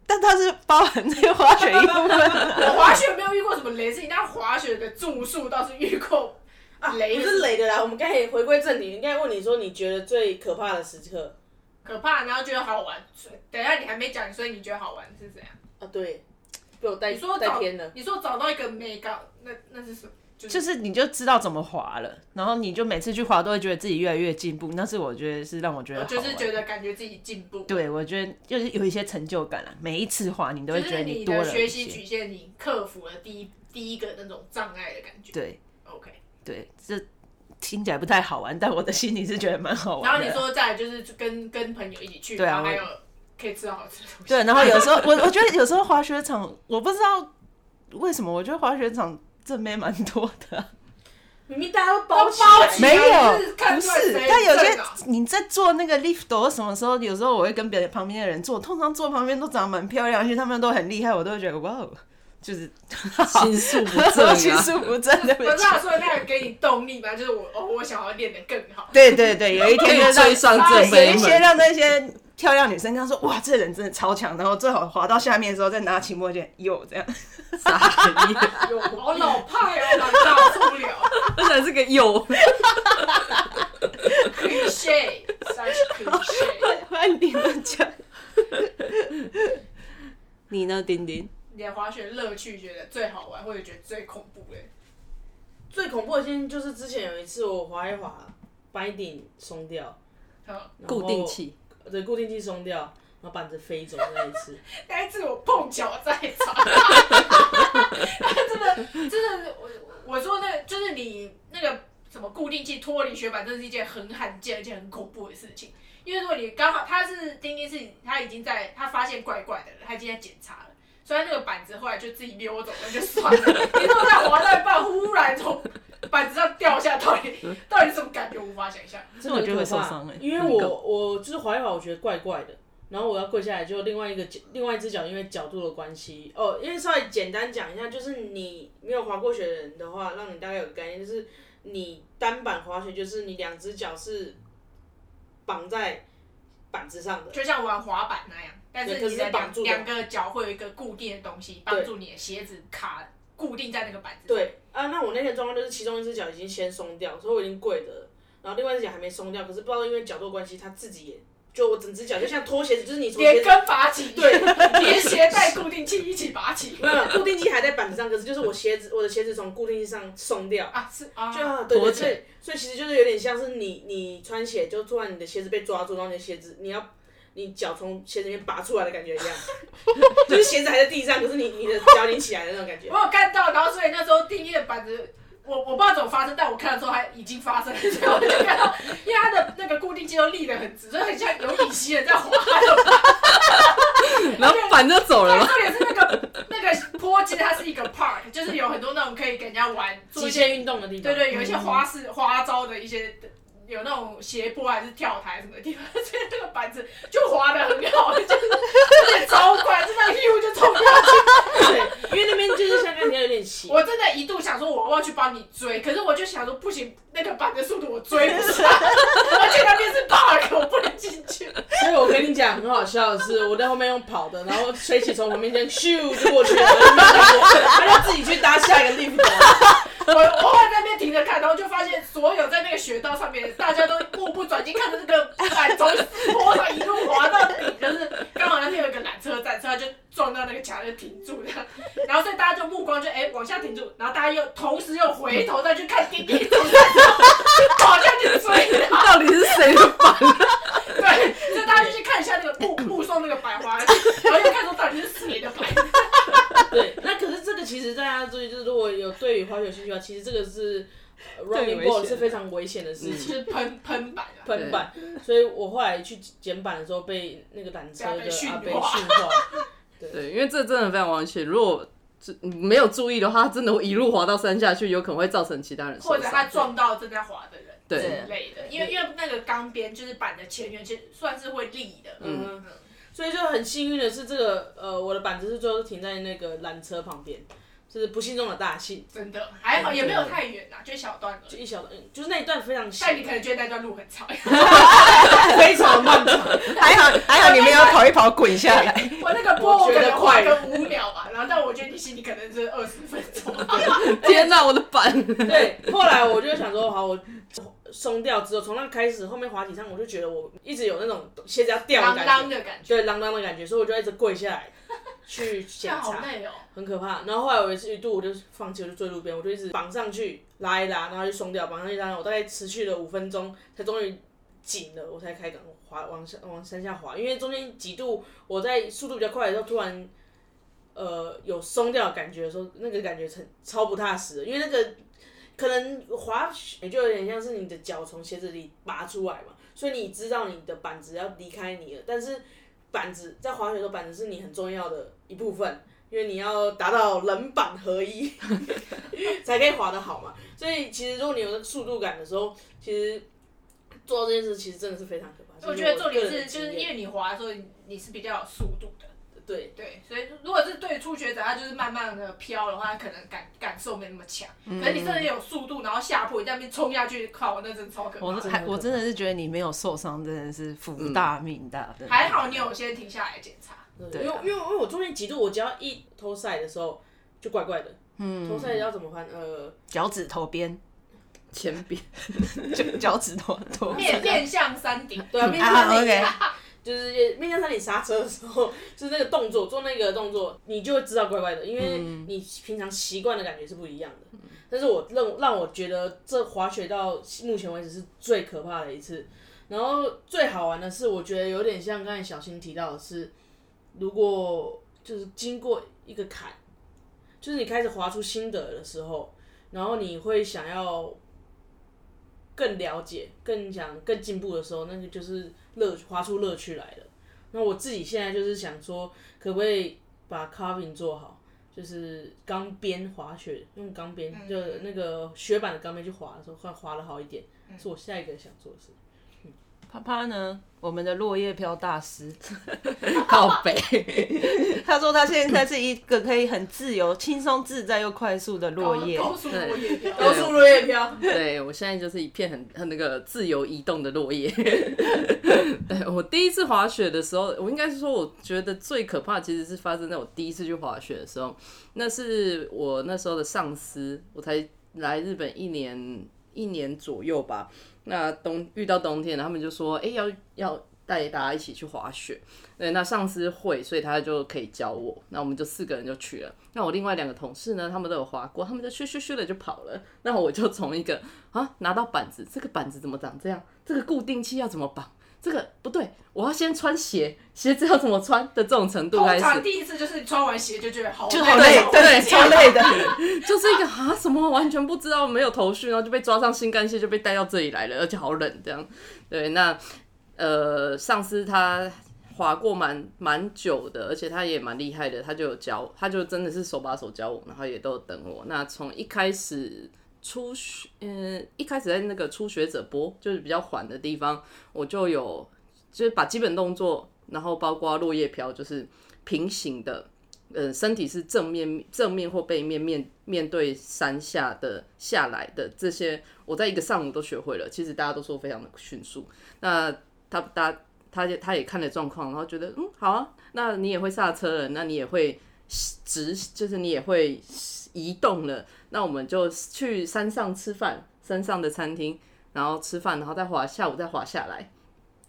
[SPEAKER 3] 但它是包含在滑雪一部分啊。
[SPEAKER 5] 我滑雪没有遇过什么雷事情，但滑雪的住宿倒是遇过雷
[SPEAKER 2] 不是累的啦，我们刚才也回归正题，应该问你说你觉得最可怕的时刻
[SPEAKER 5] 可怕，然后觉得好玩。等一下你还没讲，所以你觉得好玩是怎样？
[SPEAKER 2] 啊？对，被我带
[SPEAKER 5] 你说
[SPEAKER 2] 带
[SPEAKER 5] 找
[SPEAKER 2] 偏了，
[SPEAKER 5] 你说找到一个美感，那那是什么？
[SPEAKER 3] <laughs>
[SPEAKER 5] 就
[SPEAKER 3] 就是你就知道怎么滑了，然后你就每次去滑都会觉得自己越来越进步，那是我觉得是让我觉得好玩
[SPEAKER 5] 就是觉得感觉自己进步，
[SPEAKER 3] 对，我觉得就是有一些成就感啦。每一次滑，你都
[SPEAKER 5] 就
[SPEAKER 3] 会觉得
[SPEAKER 5] 是你
[SPEAKER 3] 多了
[SPEAKER 5] 的
[SPEAKER 3] 一些。
[SPEAKER 5] 学习曲线，你克服了第一第一个那种障碍的感觉。
[SPEAKER 3] 对
[SPEAKER 5] OK，
[SPEAKER 3] 对，这听起来不太好玩，但我的心里是觉得蛮好玩的。
[SPEAKER 5] 然后你说再来就是跟跟朋友一起去，
[SPEAKER 3] 对啊
[SPEAKER 5] 然后还
[SPEAKER 3] 我
[SPEAKER 5] 有可以吃到好吃的东西。
[SPEAKER 3] 对，然后有时候我我觉得有时候滑雪场，我不知道为什么，我觉得滑雪场正面蛮多的啊、
[SPEAKER 2] 明明大家都
[SPEAKER 5] 包
[SPEAKER 2] 包起来
[SPEAKER 3] <laughs>
[SPEAKER 5] 起
[SPEAKER 3] 没
[SPEAKER 5] 来
[SPEAKER 3] 有
[SPEAKER 5] 就是，看
[SPEAKER 3] 不
[SPEAKER 5] 出来
[SPEAKER 3] 是
[SPEAKER 5] 谁，
[SPEAKER 3] 但有
[SPEAKER 5] 正啊
[SPEAKER 3] 些你在做那个 lift 或什么时候，有时候我会跟别人旁边的人做，通常坐旁边都长得蛮漂亮，而且他们都很厉害，我都会觉得哇哦，就是
[SPEAKER 4] 心术
[SPEAKER 3] <laughs>
[SPEAKER 4] 不正啊 <laughs>
[SPEAKER 3] 心术不正，对不
[SPEAKER 5] 我知
[SPEAKER 3] 起
[SPEAKER 5] 道说那个给你动力吧，就是我哦，我想要练得更
[SPEAKER 2] <laughs>
[SPEAKER 5] 好。
[SPEAKER 3] 对对对，有一
[SPEAKER 4] 可
[SPEAKER 3] 天
[SPEAKER 4] 以
[SPEAKER 3] 就是
[SPEAKER 4] 追上这
[SPEAKER 3] 有
[SPEAKER 4] 辈
[SPEAKER 3] 一
[SPEAKER 4] 门
[SPEAKER 3] 些。让那些漂亮女生跟他说：“哇，这人真的超强。”然后最好滑到下面的时候再拿起墨镜，有这样。 <laughs>
[SPEAKER 4] <laughs> 傻眼
[SPEAKER 5] 有好老派哦，老大受不了。
[SPEAKER 4] 而且是个有
[SPEAKER 5] Cliche，三是
[SPEAKER 2] <laughs>
[SPEAKER 5] cliche。
[SPEAKER 3] 换你们讲，你呢，丁丁？
[SPEAKER 5] 你的滑雪乐趣觉得最好玩，或者觉得最恐怖的？
[SPEAKER 2] 最恐怖的现就是之前有一次我滑一滑，把一顶松掉，
[SPEAKER 5] 好，
[SPEAKER 2] 然后
[SPEAKER 4] 固定，器，
[SPEAKER 2] 对，固定器松掉，然后板子飞走的那一
[SPEAKER 3] <laughs>
[SPEAKER 2] 次，
[SPEAKER 5] 那一次我碰巧在场， <laughs> 真的，真的，我我说那，就是你那个什么固定器脱离雪板，这是一件很罕见、而且很恐怖的事情。因为如果你刚好他是丁丁是他已经在他发现怪怪的了，他已经在检查了。所以他那个板子后来就自己溜走了，就算了。你如果在滑到一半，忽然从板子上掉下，到底到底是什么感觉，无法想象。
[SPEAKER 2] 真的很
[SPEAKER 3] 我觉得
[SPEAKER 2] 可
[SPEAKER 3] 会受
[SPEAKER 2] 怕
[SPEAKER 3] 伤欸
[SPEAKER 2] 因为
[SPEAKER 3] 很
[SPEAKER 2] 我
[SPEAKER 3] 够
[SPEAKER 2] 我就是滑一滑，我觉得怪怪的，然后我要跪下来，就另外一个脚，另外一只脚因为角度的关系，哦，因为稍微简单讲一下，就是你没有滑过雪的人的话，让你大概有个概念，就是你单板滑雪就是你两只脚是绑在板子上的，
[SPEAKER 5] 就像玩滑板那样，但是
[SPEAKER 2] 对可
[SPEAKER 5] 你
[SPEAKER 2] 是
[SPEAKER 5] 的
[SPEAKER 2] 绑
[SPEAKER 5] 两
[SPEAKER 2] 住的
[SPEAKER 5] 两个脚会有一个固定的东西帮助你的鞋子卡固定在那个板子上。
[SPEAKER 2] 对啊，那我那天状况就是其中一只脚已经先松掉，所以我已经跪着了，然后另外一只脚还没松掉，可是不知道因为角度的关系，它自己也就我整只脚就像拖鞋子，就是你从鞋
[SPEAKER 5] 连
[SPEAKER 2] 子
[SPEAKER 5] 根拔起，
[SPEAKER 2] 对，
[SPEAKER 5] <laughs> 连鞋带固定器一起
[SPEAKER 2] <laughs>
[SPEAKER 5] 拔起
[SPEAKER 2] 没有，固定器还在板子上，可是就是我鞋子，我的鞋子从固定器上松掉，
[SPEAKER 5] <laughs> 啊！是啊，
[SPEAKER 2] 就啊对
[SPEAKER 4] 脱
[SPEAKER 2] 对
[SPEAKER 4] 臼
[SPEAKER 2] 对，所以其实就是有点像是你你穿鞋，就突然你的鞋子被抓住，然后你的鞋子你要你脚从鞋子里面拔出来的感觉一样， <laughs> 就是鞋子还在地上，可是你你的脚已经起来的那种感觉。
[SPEAKER 5] 我有看到，然后所以那时候订阅板子。我我不知道怎么发生，但我看到之后它已经发生了，所以我就看到， <laughs> 因为它的那个固定肌肉立得很直，所以很像有隐形人在滑。
[SPEAKER 2] <laughs>
[SPEAKER 4] <laughs> 然后反就走了
[SPEAKER 5] 对，
[SPEAKER 4] 吗？
[SPEAKER 5] 重点是那个那个坡，其实它是一个 park，就是有很多那种可以给人家玩做
[SPEAKER 2] 极
[SPEAKER 5] 一些，
[SPEAKER 2] 限运动的地方。
[SPEAKER 5] 对对，有一些花式花招的一些。有那种斜坡还是跳台什么的地方， <laughs> 所以那个板子就滑的很好，就是而且超快，真的 U 就冲掉
[SPEAKER 2] 对，因为那边就是香港，你有点奇。
[SPEAKER 5] 我真的一度想说我要不要去帮你追，可是我就想说不行，那个板的速度我追不上， <laughs> 而且那边是 bug，我不能进去。
[SPEAKER 2] 所以我跟你讲，很好笑的是，我在后面用跑的，然后水起从我面前咻就过去了，然后就没看过他就自己去搭下一个地方。
[SPEAKER 5] <laughs> 我我往那边停着看，然后就发现所有在那个雪道上面，大家都目不转睛看着那个板从坡上一路滑到底，就是刚好那边有一个缆车站，所以他就撞到那个墙就停住这样，然后所以大家就目光就哎、往下停住，然后大家又同时又回头再去看滴滴从在就跑下去追他。
[SPEAKER 4] <laughs> 到底是谁 <laughs> 的板？
[SPEAKER 5] 对，所以大家就去看一下那个目目送那个百花，然后就看说到底是谁的百花。
[SPEAKER 2] 对，那可是这个其实大家注意，就是如果有对于滑雪有兴趣的话，啊其实这个是呃
[SPEAKER 3] 对
[SPEAKER 2] running
[SPEAKER 3] 危险
[SPEAKER 2] board 是非常危险的事
[SPEAKER 5] 就
[SPEAKER 2] 情，
[SPEAKER 5] 是喷喷版啊，
[SPEAKER 2] 喷板。所以我后来去捡板的时候，被那个缆车
[SPEAKER 5] 被他
[SPEAKER 2] 的
[SPEAKER 5] 被训
[SPEAKER 2] 阿贝训
[SPEAKER 5] 话
[SPEAKER 2] 话。
[SPEAKER 4] 对，因为这真的非常危险。如果这没有注意的话，它真的会一路滑到山下去，有可能会造成其他人受
[SPEAKER 5] 或者他
[SPEAKER 4] 伤。
[SPEAKER 5] 撞到正在滑的人
[SPEAKER 4] 对
[SPEAKER 2] 对，
[SPEAKER 5] 之类的，因为因为那个钢边就是板的前缘，其实算是会立的。嗯，
[SPEAKER 2] 所以就很幸运的是，这个呃，我的板子是最后停在那个缆车旁边，就是不幸中的大幸，
[SPEAKER 5] 真的还好，也没有太远啊啦，就一小段而
[SPEAKER 2] 就
[SPEAKER 5] 已。
[SPEAKER 2] 一小段，嗯就是那一段非常小，
[SPEAKER 5] 但你可能觉得那段路很
[SPEAKER 2] <laughs>
[SPEAKER 5] 长。
[SPEAKER 2] 非常
[SPEAKER 3] <laughs>
[SPEAKER 2] 漫长。
[SPEAKER 3] 还好还好，你没有跑一跑滚下来。
[SPEAKER 5] 我那个波我可
[SPEAKER 2] 我觉
[SPEAKER 5] 能
[SPEAKER 2] 得
[SPEAKER 5] 滑
[SPEAKER 2] 快
[SPEAKER 5] 个五秒吧，然后但我觉得你心里可能是二十分钟。
[SPEAKER 4] 天哪，我的 <laughs> 板！
[SPEAKER 2] 对，后来我就想说，好，我松掉之后，从那开始，后面滑几趟，我就觉得我一直有那种鞋子要掉
[SPEAKER 5] 啷
[SPEAKER 2] 的
[SPEAKER 5] 啷
[SPEAKER 2] 感觉，
[SPEAKER 5] 的感觉，
[SPEAKER 2] 对，啷啷的感觉，所以我就一直跪下来去
[SPEAKER 5] 这
[SPEAKER 2] 检
[SPEAKER 5] 样好
[SPEAKER 2] 查，
[SPEAKER 5] 累哦。
[SPEAKER 2] 很可怕。然后后来我一次一度我就放弃，我就坠路边，我就一直绑上去拉一拉，然后就松掉，绑上去拉一拉，我大概持续了五分钟，才终于紧了，我才开港滑往下往山下滑，因为中间几度我在速度比较快的时候突然。呃，有松掉的感觉的时候，那个感觉很超不踏实的，因为那个可能滑雪就有点像是你的脚从鞋子里拔出来嘛，所以你知道你的板子要离开你了，但是板子在滑雪的时候，板子是你很重要的一部分，因为你要达到冷板合一 <laughs> 才可以滑得好嘛。所以其实如果你有那个速度感的时候，其实做到这件事其实真的是非常可怕。
[SPEAKER 5] 我
[SPEAKER 2] 这
[SPEAKER 5] 觉得重
[SPEAKER 2] 个人
[SPEAKER 5] 点
[SPEAKER 2] 的
[SPEAKER 5] 是，
[SPEAKER 2] 经
[SPEAKER 5] 就是
[SPEAKER 2] 验
[SPEAKER 5] 因为你滑的时候，你你是比较有速度的。
[SPEAKER 2] 对
[SPEAKER 5] 对，所以如果是对初学者，他就是慢慢的飘的话，他可能感感受没那么强。可是你真的有速度，然后下坡你在那边冲下去，靠，那真的超可
[SPEAKER 3] 我
[SPEAKER 5] 怕。
[SPEAKER 3] 还我真的嗯是觉得你没有受伤，真的是福大命大。真的
[SPEAKER 5] 还好你有先停下来检查，
[SPEAKER 2] 对，因为因为因为我中间几度我只要一偷赛的时候就怪怪的，嗯，偷赛要怎么翻？呃，
[SPEAKER 3] 脚趾头边，
[SPEAKER 4] 前边
[SPEAKER 3] 就脚趾头头
[SPEAKER 5] 面面向山顶，
[SPEAKER 2] 对啊，
[SPEAKER 3] <laughs>
[SPEAKER 2] 面向山
[SPEAKER 3] 啊
[SPEAKER 2] 顶
[SPEAKER 3] ，OK，
[SPEAKER 2] 就是面向山顶刹车的时候，就是那个动作做那个动作，你就会知道怪怪的，因为
[SPEAKER 3] 嗯
[SPEAKER 2] 你平常习惯的感觉是不一样的。但是我让让我觉得这滑雪到目前为止是最可怕的一次，然后最好玩的是，我觉得有点像刚才小新提到的是，如果就是经过一个坎，就是你开始滑出心得的时候，然后你会想要更了解、更想、更进步的时候，那个就是乐滑出乐趣来了。那我自己现在就是想说，可不可以把 carving 做好，就是钢边滑雪，用钢边、就那个雪板的钢边去滑的时候，会滑的好一点，是我下一个想做的事。
[SPEAKER 3] 啪啪呢？我们的落叶飘大师，
[SPEAKER 4] 靠北， <laughs>
[SPEAKER 3] 他说他现在是一个可以很自由、轻松自在又快速的落叶。
[SPEAKER 5] 哦高速落叶飘，
[SPEAKER 2] 高速落叶飘，
[SPEAKER 4] 对我现在就是一片很很那个自由移动的落叶。 <laughs> 对我第一次滑雪的时候，我应该是说，我觉得最可怕其实是发生在我第一次去滑雪的时候。那是我那时候的上司，我才来日本一年一年左右吧。那冬遇到冬天了，他们就说，哎、要要带大家一起去滑雪。对，那上司会，所以他就可以教我。那我们就四个人就去了。那我另外两个同事呢，他们都有滑过，他们就咻咻咻的就跑了。那我就从一个啊拿到板子，这个板子怎么长这样？这个固定器要怎么绑？这个不对，我要先穿鞋，鞋子要怎么穿的这种程度开
[SPEAKER 5] 通常
[SPEAKER 4] 始，
[SPEAKER 5] 第一次就是穿完鞋就觉得好
[SPEAKER 3] 就
[SPEAKER 5] 累哦
[SPEAKER 3] 好累，
[SPEAKER 5] 对，
[SPEAKER 3] 对，超累的。
[SPEAKER 4] 就是一个啊什么完全不知道，没有头绪，然后就被抓上新干线，就被带到这里来了，而且好冷这样。对，那呃，上司他划过蛮蛮久的，而且他也蛮厉害的，他就有教，他就真的是手把手教我，然后也都有等我。那从一开始初学，嗯、一开始在那个初学者播，就是比较缓的地方，我就有就是把基本动作，然后包括落叶飘，就是平行的。呃，身体是正面、正面或背面面面对山下的下来的这些，我在一个上午都学会了。其实大家都说非常的迅速。那他大他也他也看了状况，然后觉得嗯好啊，那你也会刹车了，那你也会直，就是你也会移动了。那我们就去山上吃饭，山上的餐厅，然后吃饭，然后再滑，下午再滑下来。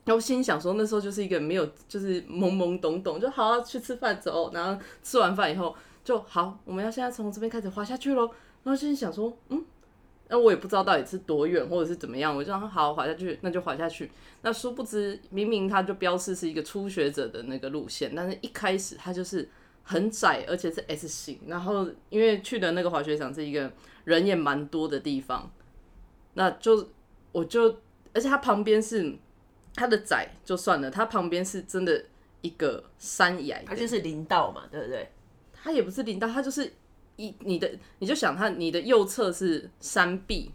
[SPEAKER 4] 然后心里想说，那时候就是一个没有，就是懵懵懂懂，就好、啊、去吃饭走，然后吃完饭以后就好，我们要现在从这边开始滑下去喽。然后心里想说，嗯，那我也不知道到底是多远或者是怎么样，我就想好滑下去，那就滑下去。那殊不知，明明它就标示是一个初学者的那个路线，但是一开始它就是很窄，而且是 S 型。然后因为去的那个滑雪场是一个人也蛮多的地方，那就我就，而且它旁边是它的窄就算了，它旁边是真的一个山崖，
[SPEAKER 3] 它就是林道嘛，对不对？
[SPEAKER 4] 它也不是林道，它就是一你的你就想它你的右侧是山壁，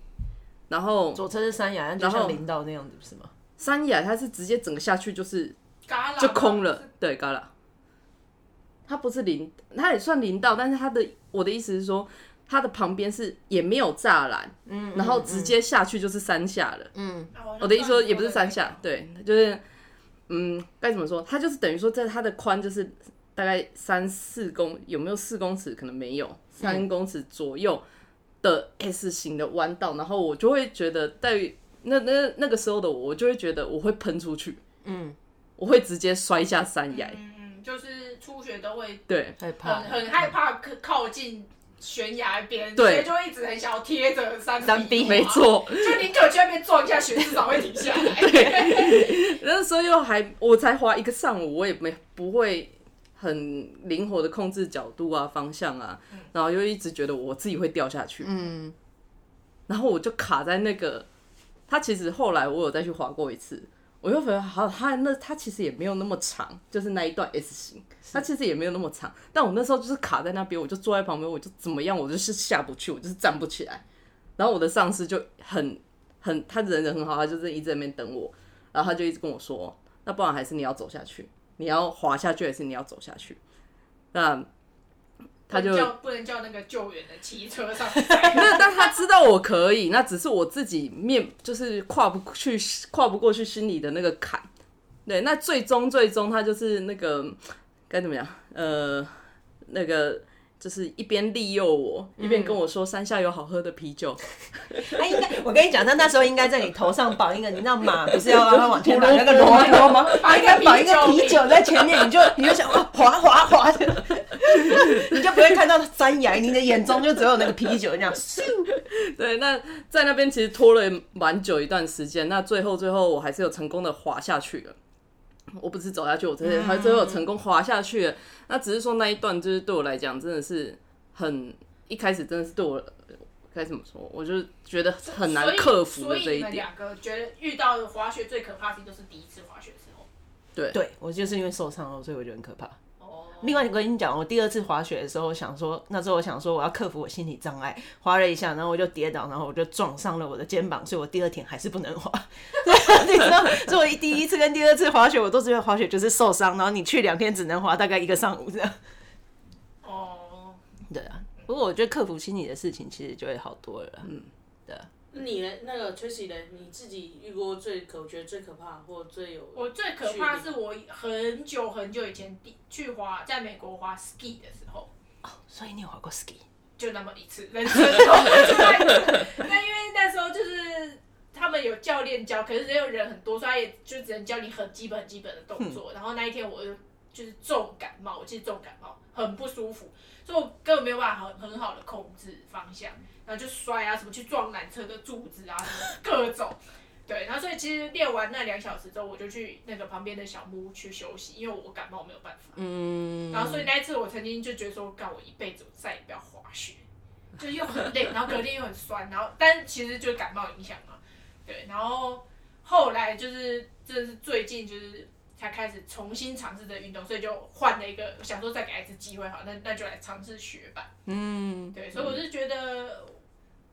[SPEAKER 4] 然后
[SPEAKER 3] 左侧是山崖，就
[SPEAKER 4] 然后
[SPEAKER 3] 像林道那样子，不是吗？
[SPEAKER 4] 山崖它是直接整个下去就是
[SPEAKER 5] 嘎啦
[SPEAKER 4] 就空了。对，旮旯。它不是林，它也算林道，但是它的我的意思是说，它的旁边是也没有栅栏，嗯，然后直接下去就是山下了。
[SPEAKER 3] 嗯
[SPEAKER 4] 我的意思哦说也不是山下，对，就是嗯，该怎么说？它就是等于说，在它的宽就是大概三四公，有没有四公尺？可能没有，三公尺左右的 S 型的弯道，然后我就会觉得在那那那个时候的我，我就会觉得我会喷出去，
[SPEAKER 3] 嗯，
[SPEAKER 4] 我会直接摔下山崖，
[SPEAKER 5] 嗯，就是初学都会
[SPEAKER 4] 对。
[SPEAKER 3] 害
[SPEAKER 5] 很
[SPEAKER 3] 怕。
[SPEAKER 5] 很害怕靠靠近悬崖边，所
[SPEAKER 4] 对
[SPEAKER 5] 以就会一直很想要贴着山
[SPEAKER 3] 山壁
[SPEAKER 5] 嘛
[SPEAKER 4] 没，错，
[SPEAKER 5] 就宁可去那边撞一下雪，至少会停下来。
[SPEAKER 4] <laughs> 那时候又还我才滑一个上午，我也没不会很灵活的控制角度啊、方向啊，然后又一直觉得我自己会掉下去，
[SPEAKER 3] 嗯，
[SPEAKER 4] 然后我就卡在那个，它其实后来我有再去滑过一次，我又觉得好，它那它其实也没有那么长，就是那一段 S 型，它其实也没有那么长，但我那时候就是卡在那边，我就坐在旁边，我就怎么样，我就是下不去，我就是站不起来。然后我的上司就很很，他人人很好，他就是一直在那边等我，然后他就一直跟我说，那不然还是你要走下去，你要滑下去还是你要走下去？那他就
[SPEAKER 5] 不能叫不能叫那个救援的骑车上去载
[SPEAKER 4] 那但他知道我可以，那只是我自己面就是跨不去跨不过去心里的那个坎。对，那最终最终他就是那个嗯该怎么讲？呃，那个就是一边利诱我，一边跟我说山下有好喝的啤酒，
[SPEAKER 3] <laughs> 他哎应该，我跟你讲，他那时候应该在你头上绑一个，你知道 <laughs> 马不是要让它往前绑那个 <laughs> 螺螺吗？他应该绑一个啤酒在前面，你就你就想哇滑滑滑的，你就不会看到山崖，你的眼中就只有那个啤酒这 <laughs> 样。
[SPEAKER 4] 对，那在那边其实拖了蛮久一段时间，那最后最后我还是有成功的滑下去了。我不是走下去，我真
[SPEAKER 5] 嗯
[SPEAKER 4] 的还最后有成功滑下去了。那只是说那一段就是对我来讲真的是很一开始真的是对我该怎么说，我就觉得很 <laughs> 难克服
[SPEAKER 5] 所
[SPEAKER 4] 的
[SPEAKER 5] 以
[SPEAKER 4] 这
[SPEAKER 5] 所以你
[SPEAKER 4] 一
[SPEAKER 5] 们
[SPEAKER 4] 点。
[SPEAKER 5] 两个觉得遇到滑雪最可怕的事情就是第一次滑雪的时候。
[SPEAKER 3] 对我就是因为受伤了，所以我觉得很可怕。
[SPEAKER 5] 哦，
[SPEAKER 3] 另外，我跟你讲，我第二次滑雪的时候，我想说那时候我想说我要克服我心理障碍，滑了一下，然后我就跌倒，然后我就撞伤了我的肩膀，所以我第二天还是不能滑。 <laughs> 对，你知道，所以我一第一次跟第二次滑雪，我都觉得滑雪就是受伤，然后你去两天只能滑大概一个上午这样。
[SPEAKER 5] 哦，
[SPEAKER 3] 对啊，不过我觉得克服心理的事情其实就会好多了。嗯，
[SPEAKER 2] 那你呢？那个 Tracy 呢？你自己遇过最可，我觉得最可怕或最有
[SPEAKER 5] 我最可怕是我很久很久以前第去滑在美国滑 ski 的时候，
[SPEAKER 3] 所以你有滑过 ski？
[SPEAKER 5] 就那么一次，人生中就那一次。那因为那时候就是他们有教练教，可是只有人很多，所以他也就只能教你很基本、很基本的动作。然后那一天我就就是重感冒，我记得重感冒，很不舒服，所以我根本没有办法很很好的控制方向，然后就摔啊，什么去撞缆车的柱子啊，什么各种。对，然后所以其实练完那两小时之后，我就去那个旁边的小木屋去休息，因为我感冒没有办法。
[SPEAKER 4] 嗯，
[SPEAKER 5] 然后所以那一次我曾经就觉得说，干我一辈子我再也不要滑雪，就又很累，然后隔天又很酸，然后但其实就是感冒影响嘛，对，然后后来就是这是最近就是才开始重新尝试这个运动，所以就换了一个想说再给他一次机会好，那那就来尝试雪板，
[SPEAKER 4] 嗯，
[SPEAKER 5] 对，所以我就觉得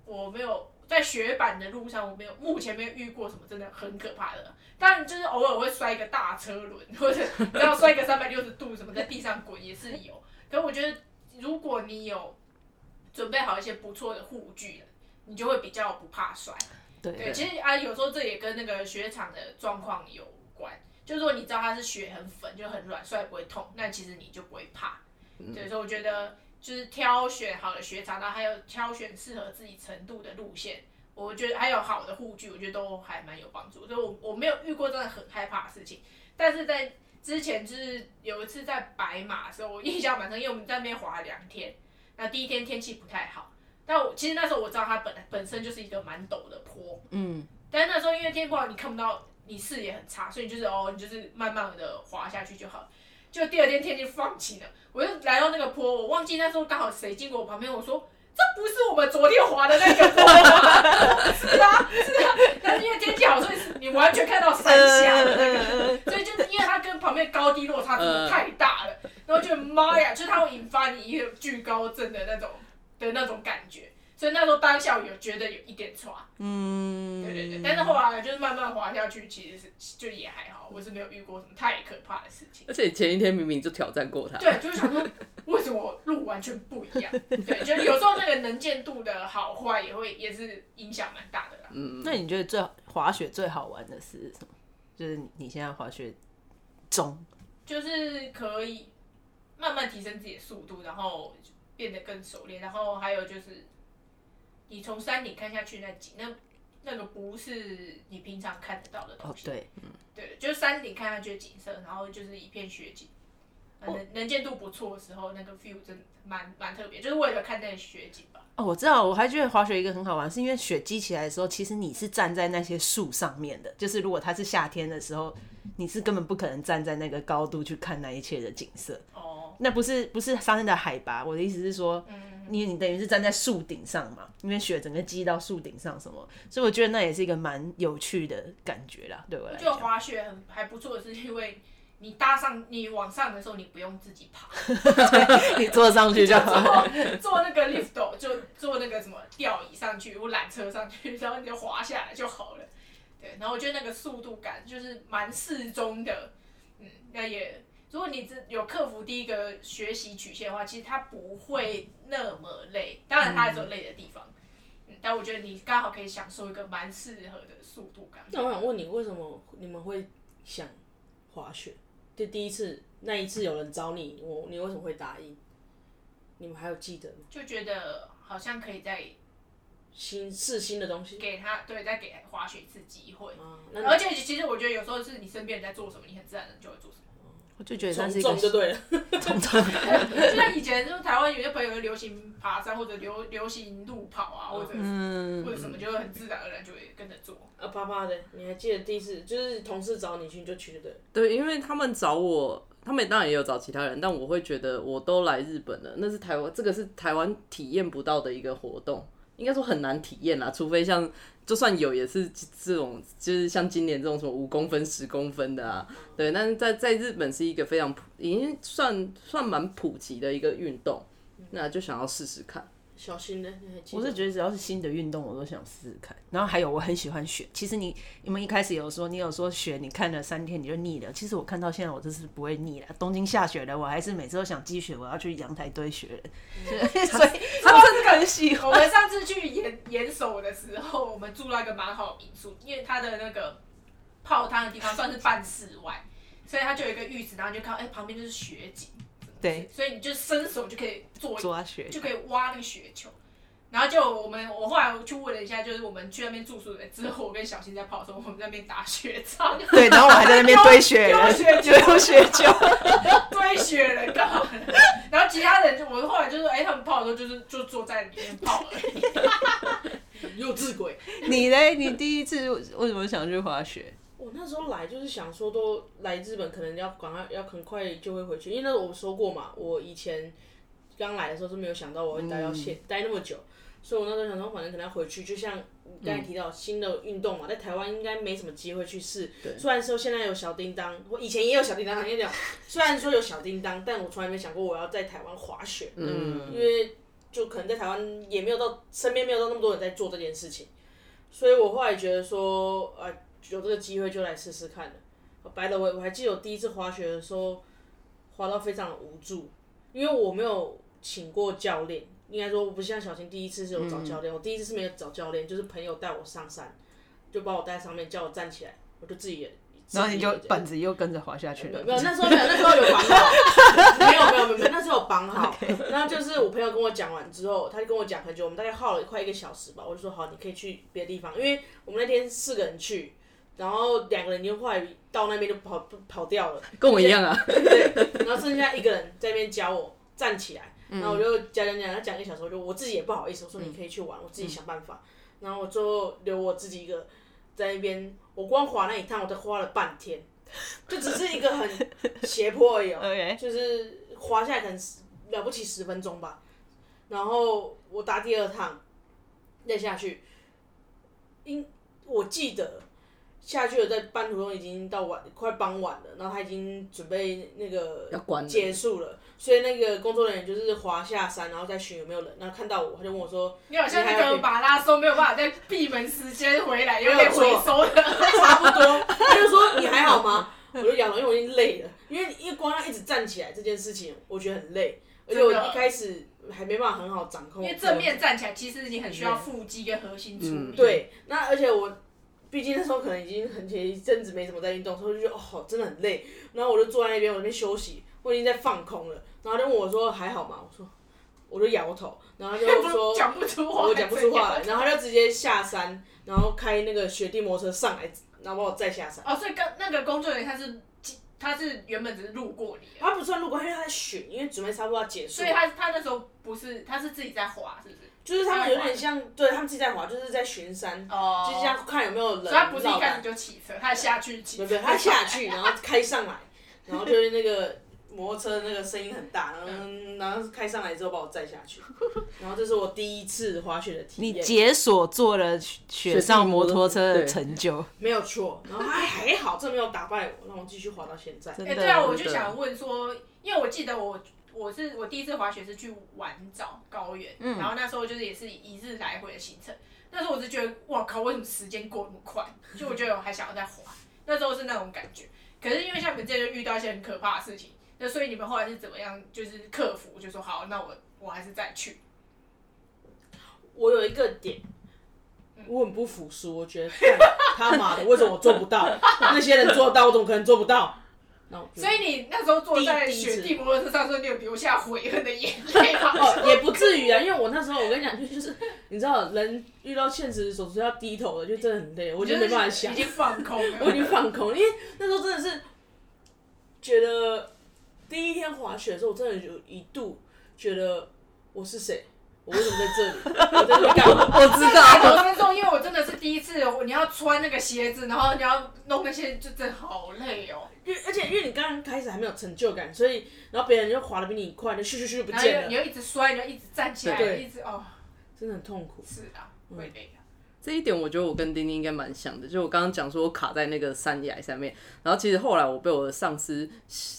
[SPEAKER 5] 我没有。在雪板的路上，我没有目前没有遇过什么真的很可怕的，但就是偶尔会摔一个大车轮，或者然后摔个三百六十度什么，在地上滚也是有。可是我觉得，如果你有准备好一些不错的护具，你就会比较不怕摔。对，
[SPEAKER 3] 对，
[SPEAKER 5] 其实啊，有时候这也跟那个雪场的状况有关。就是说，你知道它是雪很粉，就很软，摔不会痛，那其实你就不会怕。对，所以我觉得就是挑选好的雪场，然后还有挑选适合自己程度的路线，我觉得还有好的护具，我觉得都还蛮有帮助。所以我我没有遇过真的很害怕的事情，但是在之前就是有一次在白马的时候，我印象蛮深，因为我们在那边滑了两天，那第一天天气不太好，但我其实那时候我知道它本来本身就是一个蛮陡的坡，
[SPEAKER 4] 嗯，
[SPEAKER 5] 但是那时候因为天气不好，你看不到，你视野很差，所以你就是哦，你就是慢慢的滑下去就好了。就第二天天气放晴了，我就来到那个坡，我忘记那时候刚好谁经过我旁边，我说这不是我们昨天滑的那个坡吗？是啊，是啊，但是因为天气好，所以你完全看到山下
[SPEAKER 3] 呃
[SPEAKER 5] 的那个，所以就是因为它跟旁边高低落差真的太大了，然后就妈呀，就是它会引发你一个惧高症的那种的那种感觉，所以那时候当下我有觉得有一点差。对对对，但是后来就是慢慢滑下去，其实是就也还好，我是没有遇过什么太可怕的事情。
[SPEAKER 4] 而且你前一天明明就挑战过他，
[SPEAKER 5] 对，就是想说为什么路完全不一样？对，就有时候那个能见度的好坏也会也是影响蛮大的啦。
[SPEAKER 3] <laughs> 那你觉得最好滑雪最好玩的是什么？就是你现在滑雪中，
[SPEAKER 5] 就是可以慢慢提升自己的速度，然后变得更熟练，然后还有就是你从山顶看下去那景，那那个不是你平常看得到的东
[SPEAKER 3] 哦
[SPEAKER 5] 西。，
[SPEAKER 3] 对，
[SPEAKER 5] 对，就是山顶看下去的景色，然后就是一片雪景，呃
[SPEAKER 3] 哦
[SPEAKER 5] 能、能见度不错的时候，那个 view 真的蛮蛮特别，就是为了看那个雪景吧。
[SPEAKER 3] 哦，我知道，我还觉得滑雪一个很好玩，是因为雪积起来的时候，其实你是站在那些树上面的，就是如果它是夏天的时候，你是根本不可能站在那个高度去看那一切的景色。
[SPEAKER 5] 哦，
[SPEAKER 3] 那不是不是山的海拔，我的意思是说，你你等于是站在树顶上嘛，因为雪整个积到树顶上什么，所以我觉得那也是一个蛮有趣的感觉啦，对我来
[SPEAKER 5] 就
[SPEAKER 3] 讲。
[SPEAKER 5] 滑雪很还不错，是因为你搭上你往上的时候，你不用自己爬，
[SPEAKER 3] 你坐上去就好。
[SPEAKER 5] 坐坐那个 lift 就坐那个什么吊椅上去或缆车上去，然后你就滑下来就好了。对，然后我觉得那个速度感就是蛮适中的，嗯，那也如果你只有克服第一个学习曲线的话，其实它不会那么累，当然它还是有累的地方，嗯但我觉得你刚好可以享受一个蛮适合的速度感。
[SPEAKER 2] 那我想问你，为什么你们会想滑雪？就第一次那一次有人找你，我你为什么会答应？你们还有记得吗？
[SPEAKER 5] 就觉得好像可以再
[SPEAKER 2] 新试新的东西
[SPEAKER 5] 给他对，再给滑雪一次机会。
[SPEAKER 2] 啊，那
[SPEAKER 5] 而且其实我觉得有时候是你身边人在做什么，你很自然的就会做什么。
[SPEAKER 3] <laughs> 我就觉得那是
[SPEAKER 2] 从
[SPEAKER 3] 一个
[SPEAKER 2] 众就对了。
[SPEAKER 5] <laughs> 就像以前就是台湾有些朋友就流行爬山或者流流行路跑啊，或者、或者什么，就会很自然而然就会跟着做。
[SPEAKER 2] 啊，啪啪的，你还记得第一次就是同事找你去你就去就对了。
[SPEAKER 4] 对，因为他们找我，他们当然也有找其他人，但我会觉得我都来日本了，那是台湾，这个是台湾体验不到的一个活动，应该说很难体验啦，除非像就算有也是这种，就是像今年这种什么五公分、十公分的啊，对，但是在在日本是一个非常普，已经算算蛮普及的一个运动，那就想要试试看。
[SPEAKER 2] 小新呢？你还记得？
[SPEAKER 3] 我是觉得只要是新的运动，我都想试试看。然后还有，我很喜欢雪。其实你你们一开始有说，你有说雪，你看了三天你就腻了。其实我看到现在，我真是不会腻了。东京下雪了，我还是每次都想积雪，我要去阳台堆雪人。 <laughs> 所以
[SPEAKER 5] 他这个
[SPEAKER 3] 很喜
[SPEAKER 5] 我
[SPEAKER 3] 欢。
[SPEAKER 5] 们上次去岩岩手的时候，我们住到一个蛮好的民宿，因为它的那个泡汤的地方算是半室外，所以它就有一个浴池，然后你就看到哎、旁边就是雪景，
[SPEAKER 3] 对，
[SPEAKER 5] 所以你就伸手就可以做
[SPEAKER 3] 抓雪
[SPEAKER 5] 就可以挖那个雪球。然后就我们，我后来去问了一下，就是我们去那边住宿的之后，我跟小新在跑的时候，我们在那边打雪仗，
[SPEAKER 3] <laughs> 对，然后我还在那边堆雪
[SPEAKER 5] 丢
[SPEAKER 3] 人，
[SPEAKER 5] 雪球
[SPEAKER 3] 丢雪球。
[SPEAKER 5] 堆雪人干嘛的？然后其他人就我后来就说，哎、他们泡的时候就是就坐在里面泡而已。
[SPEAKER 2] 幼稚鬼。
[SPEAKER 3] 你嘞？你第一次为什么想去滑雪？
[SPEAKER 2] 我那时候来就是想说，都来日本可能要赶快要很快就会回去，因为那时候我说过嘛，我以前刚来的时候是没有想到我会待到现、待那么久，所以我那时候想说，反正可能要回去，就像你刚才提到新的运动嘛，在台湾应该没什么机会去试。虽然说现在有小叮当，我以前也有小叮当，因为讲虽然说有小叮当，但我从来没想过我要在台湾滑雪，
[SPEAKER 4] 嗯
[SPEAKER 2] 因为就可能在台湾也没有到身边没有到那么多人在做这件事情，所以我后来觉得说，呃，有这个机会就来试试看了。白了我我还记得我第一次滑雪的时候，滑到非常无助，因为我没有请过教练，应该说我不像小晴第一次是有找教
[SPEAKER 3] 嗯
[SPEAKER 2] 练，我第一次是没有找教练，就是朋友带我上山，就把我带在上面叫我站起来，我就自己也。
[SPEAKER 3] 然后你就
[SPEAKER 2] 自己也
[SPEAKER 3] 板子又跟着滑下去了。
[SPEAKER 2] 没有，那时候没有，那时候有绑好，没有没有没有没有，那时候有绑好。然后就是我朋友跟我讲完之后，他就跟我讲很久，我们大概耗了快一个小时吧。我就说好，你可以去别的地方，因为我们那天四个人去，然后两个人就后来到那边就跑跑掉了，
[SPEAKER 4] 跟我一样啊，
[SPEAKER 2] 对，然后剩下一个人在那边教我站起来，然后我就讲讲讲，他讲一个小时，我就我自己也不好意思，我说你可以去玩，我自己想办法。然后我最后留我自己一个在那边，我光滑那一趟，我都花了半天，就只是一个很斜坡而已、哦
[SPEAKER 3] <laughs> OK
[SPEAKER 2] 就是滑下来可能十了不起十分钟吧。然后我打第二趟，再下去，因我记得下去了，在半途中已经到晚快傍晚了，然后他已经准备那个
[SPEAKER 4] 要关了
[SPEAKER 2] 结束了，所以那个工作人员就是滑下山，然后再寻有没有人，然后看到我，他就问我说：“
[SPEAKER 5] 你好像那个马拉松没有办法在闭门时间回来，有点回收的。
[SPEAKER 2] 差不多。
[SPEAKER 5] <laughs>
[SPEAKER 2] 他就说你还好吗？我就讲了，因为我已经累了，因为因为光要一直站起来这件事情，我觉得很累，而且我一开始还没办法很好掌控。
[SPEAKER 5] 因为正面站起来，其实你很需要腹肌跟核心处理。
[SPEAKER 4] 嗯
[SPEAKER 2] 对，那而且我毕竟那时候可能已经很前一阵子没怎么在运动，所以我就觉得哦，真的很累。然后我就坐在那边，我在那边休息，我已经在放空了。然后他就问我说还好吗？我说我就摇头，然后他就说
[SPEAKER 5] 不讲不出话，
[SPEAKER 2] 我
[SPEAKER 5] <laughs>
[SPEAKER 2] 讲不出话来，然后他就直接下山，然后开那个雪地摩托车上来，然后把我载下山。
[SPEAKER 5] 哦，所以跟那个工作人员他是他是原本只是路过你而已，
[SPEAKER 2] 他不算路过，因为他在雪，因为准备差不多要结束
[SPEAKER 5] 所
[SPEAKER 2] 了，
[SPEAKER 5] 以他他那时候不是他是自己在滑，是不是？
[SPEAKER 2] 就是他们有点像，对他们自己在滑，就是在巡山，
[SPEAKER 5] 哦
[SPEAKER 2] 就是这样看有没有人。
[SPEAKER 5] 所以他不是一开始
[SPEAKER 2] 就，
[SPEAKER 5] 就骑车，他下去骑
[SPEAKER 2] 对
[SPEAKER 5] 车。
[SPEAKER 2] 对，他下
[SPEAKER 5] <laughs>
[SPEAKER 2] 去然后开上来，然后就是那个摩托车那个声音很大，然后
[SPEAKER 5] 嗯
[SPEAKER 2] 然后开上来之后把我载下去， <laughs> 然后这是我第一次滑雪的体
[SPEAKER 3] 你
[SPEAKER 2] 验，
[SPEAKER 3] 解锁做了雪雪上摩托车的成就，
[SPEAKER 2] 没有错。然后他还好，这没有打败我，让我继续滑到现在。
[SPEAKER 3] 真
[SPEAKER 5] 哎、
[SPEAKER 3] 的。
[SPEAKER 5] 对啊，我就想问说，因为我记得我我是我第一次滑雪是去玩沼高原，
[SPEAKER 2] 嗯
[SPEAKER 5] 然后那时候就是也是一日来回的行程。那时候我就觉得，哇靠，为什么时间过那么快？就我觉得我还想要再滑，那时候是那种感觉。可是因为像你们这就遇到一些很可怕的事情，那所以你们后来是怎么样就是克服？就说好，那我我还是再去。
[SPEAKER 2] 我有一个点，
[SPEAKER 5] 嗯
[SPEAKER 2] 我很不服输，我觉得干他妈的，为什么我做不到？那些人做到，我怎么可能做不到？那我就
[SPEAKER 5] 所以你那时候坐在
[SPEAKER 2] 嗯第一
[SPEAKER 5] 雪
[SPEAKER 2] 次
[SPEAKER 5] 地摩托车上的时候，你有流下悔恨的眼泪吗？
[SPEAKER 2] <laughs> 哦，也不至于啊，因为我那时候我跟你讲，就是你知道，人遇到现实所需要低头的，就真的很累，我就没办法想
[SPEAKER 5] 已，经放空了。
[SPEAKER 2] <laughs> 我已经放空，因为那时候真的是觉得第一天滑雪的时候，我真的有一度觉得我是谁，我为什么在这里，我在这里干嘛？
[SPEAKER 4] <laughs> 我知 <laughs>
[SPEAKER 3] 啊
[SPEAKER 5] 哎我
[SPEAKER 4] 道，
[SPEAKER 5] 当中，因为我真的是第一次，你要穿那个鞋子，然后你要弄那些，就真的好累哦。
[SPEAKER 2] 因为而且因为你刚刚开始还没有成就感，所以然后别人就滑的比你快，就咻咻咻就不
[SPEAKER 5] 然后你
[SPEAKER 2] 见
[SPEAKER 5] 又你
[SPEAKER 2] 了，
[SPEAKER 5] 又一直摔，你又一直站起来，
[SPEAKER 2] 对
[SPEAKER 5] 一直哦，
[SPEAKER 2] 真的很痛苦。
[SPEAKER 5] 是啊，会累的。
[SPEAKER 4] 这一点我觉得我跟丁丁应该蛮像的，就我刚刚讲说我卡在那个山崖上面，然后其实后来我被我的上司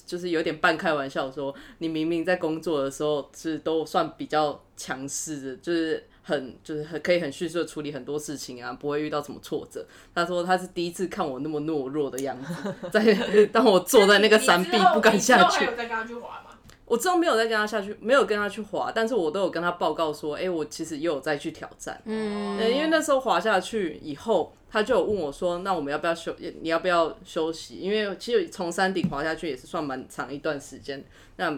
[SPEAKER 4] 就是有点半开玩笑说，你明明在工作的时候是都算比较强势的，就是很就是很可以很迅速的处理很多事情啊，不会遇到什么挫折。他说他是第一次看我那么懦弱的样子，在 <laughs> 当我坐在那个山壁
[SPEAKER 5] 你之后
[SPEAKER 4] 不敢下
[SPEAKER 5] 你之后还
[SPEAKER 4] 去
[SPEAKER 5] 有。再跟他去滑吗？
[SPEAKER 4] 我之后没有再跟他下去，没有跟他去滑，但是我都有跟他报告说，哎、我其实也有再去挑战。
[SPEAKER 5] 嗯
[SPEAKER 4] 对，因为那时候滑下去以后，他就有问我说：“那我们要不要休？你要不要休息？”因为其实从山顶滑下去也是算蛮长一段时间。那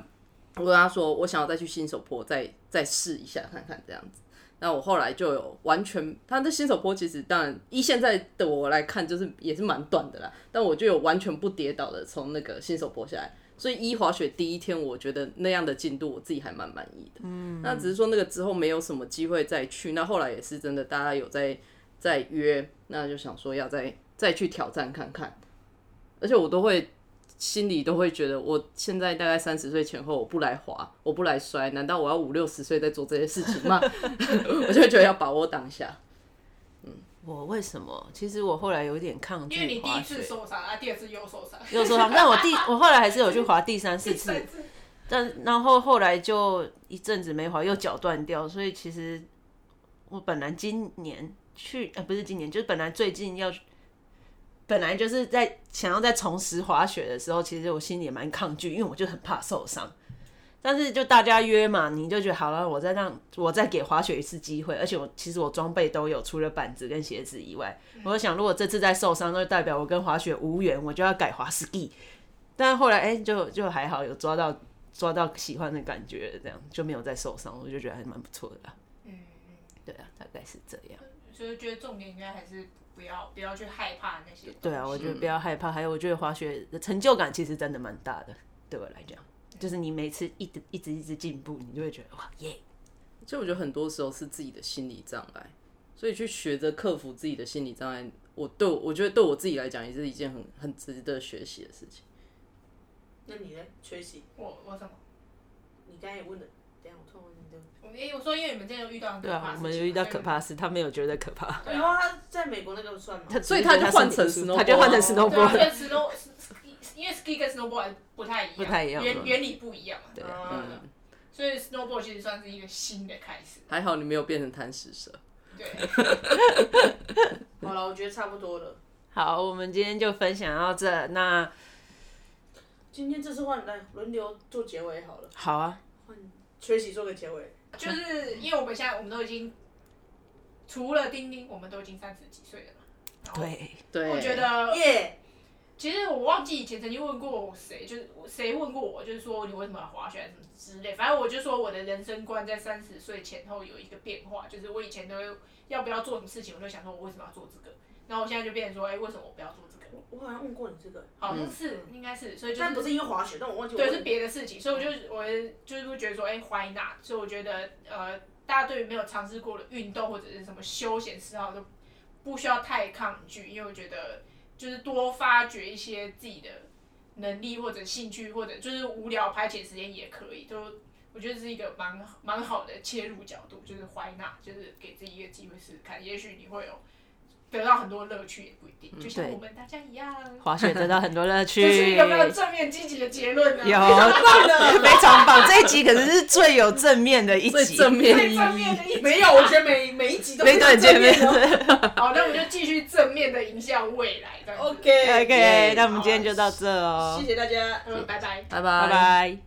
[SPEAKER 4] 我跟他说，我想要再去新手坡再再试一下看看这样子。那我后来就有完全，他的新手坡其实当然依现在的我来看，就是也是蛮短的啦，但我就有完全不跌倒的从那个新手坡下来。所以一滑雪第一天，我觉得那样的进度我自己还蛮满意的。嗯，那只是说那个之后没有什么机会再去，那后来也是真的，大家有在在约，那就想说要再再去挑战看看，而且我都会心里都会觉得，我现在大概三十岁前后，我不来滑，我不来摔，难道我要五六十岁再做这些事情吗？ <laughs> 我就会觉得要把握当下。
[SPEAKER 3] 我为什么？其实我后来有点抗拒
[SPEAKER 5] 因为你第
[SPEAKER 3] 滑
[SPEAKER 5] 一次
[SPEAKER 3] 雪，
[SPEAKER 5] 受伤啊，第二次又
[SPEAKER 3] <laughs>
[SPEAKER 5] 受伤，
[SPEAKER 3] 又受伤。但我第我后来还是有去滑第三、四
[SPEAKER 5] <laughs> 第
[SPEAKER 3] 次
[SPEAKER 5] 三，次
[SPEAKER 3] 但然后后来就一阵子没滑，又脚断掉，所以其实我本来今年去，呃，不是今年，就是本来最近要，本来就是在想要再重拾滑雪的时候，其实我心里也蛮抗拒，因为我就很怕受伤。但是就大家约嘛，你就觉得好了，我再让我再给滑雪一次机会，而且我其实我装备都有，除了板子跟鞋子以外，我就想如果这次再受伤，那就代表我跟滑雪无缘，我就要改滑 ski。但后来哎、就就还好有抓到抓到喜欢的感觉，这样就没有再受伤，我就觉得还蛮不错的啦。
[SPEAKER 5] 嗯，
[SPEAKER 3] 对啊，大概是这样。
[SPEAKER 5] 所以觉得重点应该还是不要不要去害怕那些东西。
[SPEAKER 3] 对啊，我觉得不要害怕，还有我觉得滑雪的成就感其实真的蛮大的，对我来讲，就是你每次一直一直一直进步，你就会觉得哇耶。
[SPEAKER 4] 其实我觉得很多时候是自己的心理障碍，所以去学着克服自己的心理障碍，我对我我觉得对我自己来讲也是一件很很值得学习的事情。
[SPEAKER 2] 那你呢，崔西？
[SPEAKER 5] 我我什么？
[SPEAKER 2] 你刚才也问了，等一下我突然问你的。
[SPEAKER 5] 我哎，我说因为你们之前有遇到很可
[SPEAKER 3] 对
[SPEAKER 5] 怕
[SPEAKER 3] 啊，
[SPEAKER 5] 的
[SPEAKER 3] 我
[SPEAKER 5] 事
[SPEAKER 3] 们
[SPEAKER 5] 情
[SPEAKER 3] 有遇到可。怕的事，他没有觉得可 <laughs> 怕，
[SPEAKER 5] 对
[SPEAKER 2] 然后他在美国那个算吗？
[SPEAKER 4] 所以他就换成
[SPEAKER 3] 只是
[SPEAKER 4] snowboard
[SPEAKER 3] 他就换成
[SPEAKER 5] 所以对啊，
[SPEAKER 3] snowboard，
[SPEAKER 5] 因为 snow 因为 ski 跟 snowboard 不太一样，
[SPEAKER 3] 不太一样
[SPEAKER 5] 原
[SPEAKER 3] 嗯
[SPEAKER 5] 原理不一样嘛。
[SPEAKER 3] 对
[SPEAKER 2] 啊，
[SPEAKER 4] 嗯，
[SPEAKER 5] 所以 snowboard 其实算是一个新的开始。
[SPEAKER 4] 还好你没有变成贪食蛇。
[SPEAKER 5] 对，
[SPEAKER 2] 好了，我觉得差不多了。
[SPEAKER 3] <laughs> 好，我们今天就分享到这，那
[SPEAKER 2] 今天这次换来轮流做结尾好了，
[SPEAKER 3] 好啊，
[SPEAKER 2] 嗯崔西做个结尾。嗯
[SPEAKER 5] 就是因为我们现在我们都已经除了丁丁，我们都已经三十几岁了嘛。然后
[SPEAKER 3] 对，
[SPEAKER 4] 对，
[SPEAKER 5] 我觉得
[SPEAKER 2] 耶、
[SPEAKER 5] 其实我忘记以前曾经问过我谁，就是谁问过我，就是说你为什么要滑雪还是什么之类。反正我就说我的人生观在三十岁前后有一个变化，就是我以前都会要不要做什么事情，我就想说我为什么要做这个，然后我现在就变成说，哎、为什么我不要做这个？
[SPEAKER 2] 我好像问过你这个，
[SPEAKER 5] 好像是、应该是，所以就
[SPEAKER 2] 嗯但
[SPEAKER 5] 是
[SPEAKER 2] 不是因为滑雪，但我忘记我
[SPEAKER 5] 对
[SPEAKER 2] 问
[SPEAKER 5] 是别的事情，所以我就我就是会觉得说，哎、怀 w 所以我觉得呃，大家对于没有尝试过的运动或者是什么休闲嗜好都不需要太抗拒，因为我觉得就是多发掘一些自己的能力或者兴趣，或者就是无聊排遣时间也可以，都我觉得是一个蛮蛮好的切入角度，就是怀 w 就是给自己一个机会试试看，也许你会有得到很多乐趣，也不一定，就
[SPEAKER 3] 嗯
[SPEAKER 5] 像
[SPEAKER 3] 对
[SPEAKER 5] 我们大家一样。
[SPEAKER 3] 滑雪得到很多乐趣。 <laughs>
[SPEAKER 5] 这是一个没有正面积极的结论啊呢、
[SPEAKER 3] 有，非常棒！这一集可能是最有正面的一
[SPEAKER 4] 最
[SPEAKER 3] 集，
[SPEAKER 4] 正面意
[SPEAKER 5] 最正面
[SPEAKER 4] 义。
[SPEAKER 5] 的一集
[SPEAKER 2] 没有，我觉得每每一集都
[SPEAKER 3] 没对见面。
[SPEAKER 5] 好，那我们就继续正面的影响未来，这样子
[SPEAKER 2] OK，
[SPEAKER 3] <laughs> OK，
[SPEAKER 4] 耶
[SPEAKER 3] 那我们今天就到这哦
[SPEAKER 2] 谢，谢大家。
[SPEAKER 5] 嗯，拜拜。
[SPEAKER 3] 拜
[SPEAKER 4] 拜拜。
[SPEAKER 3] 拜。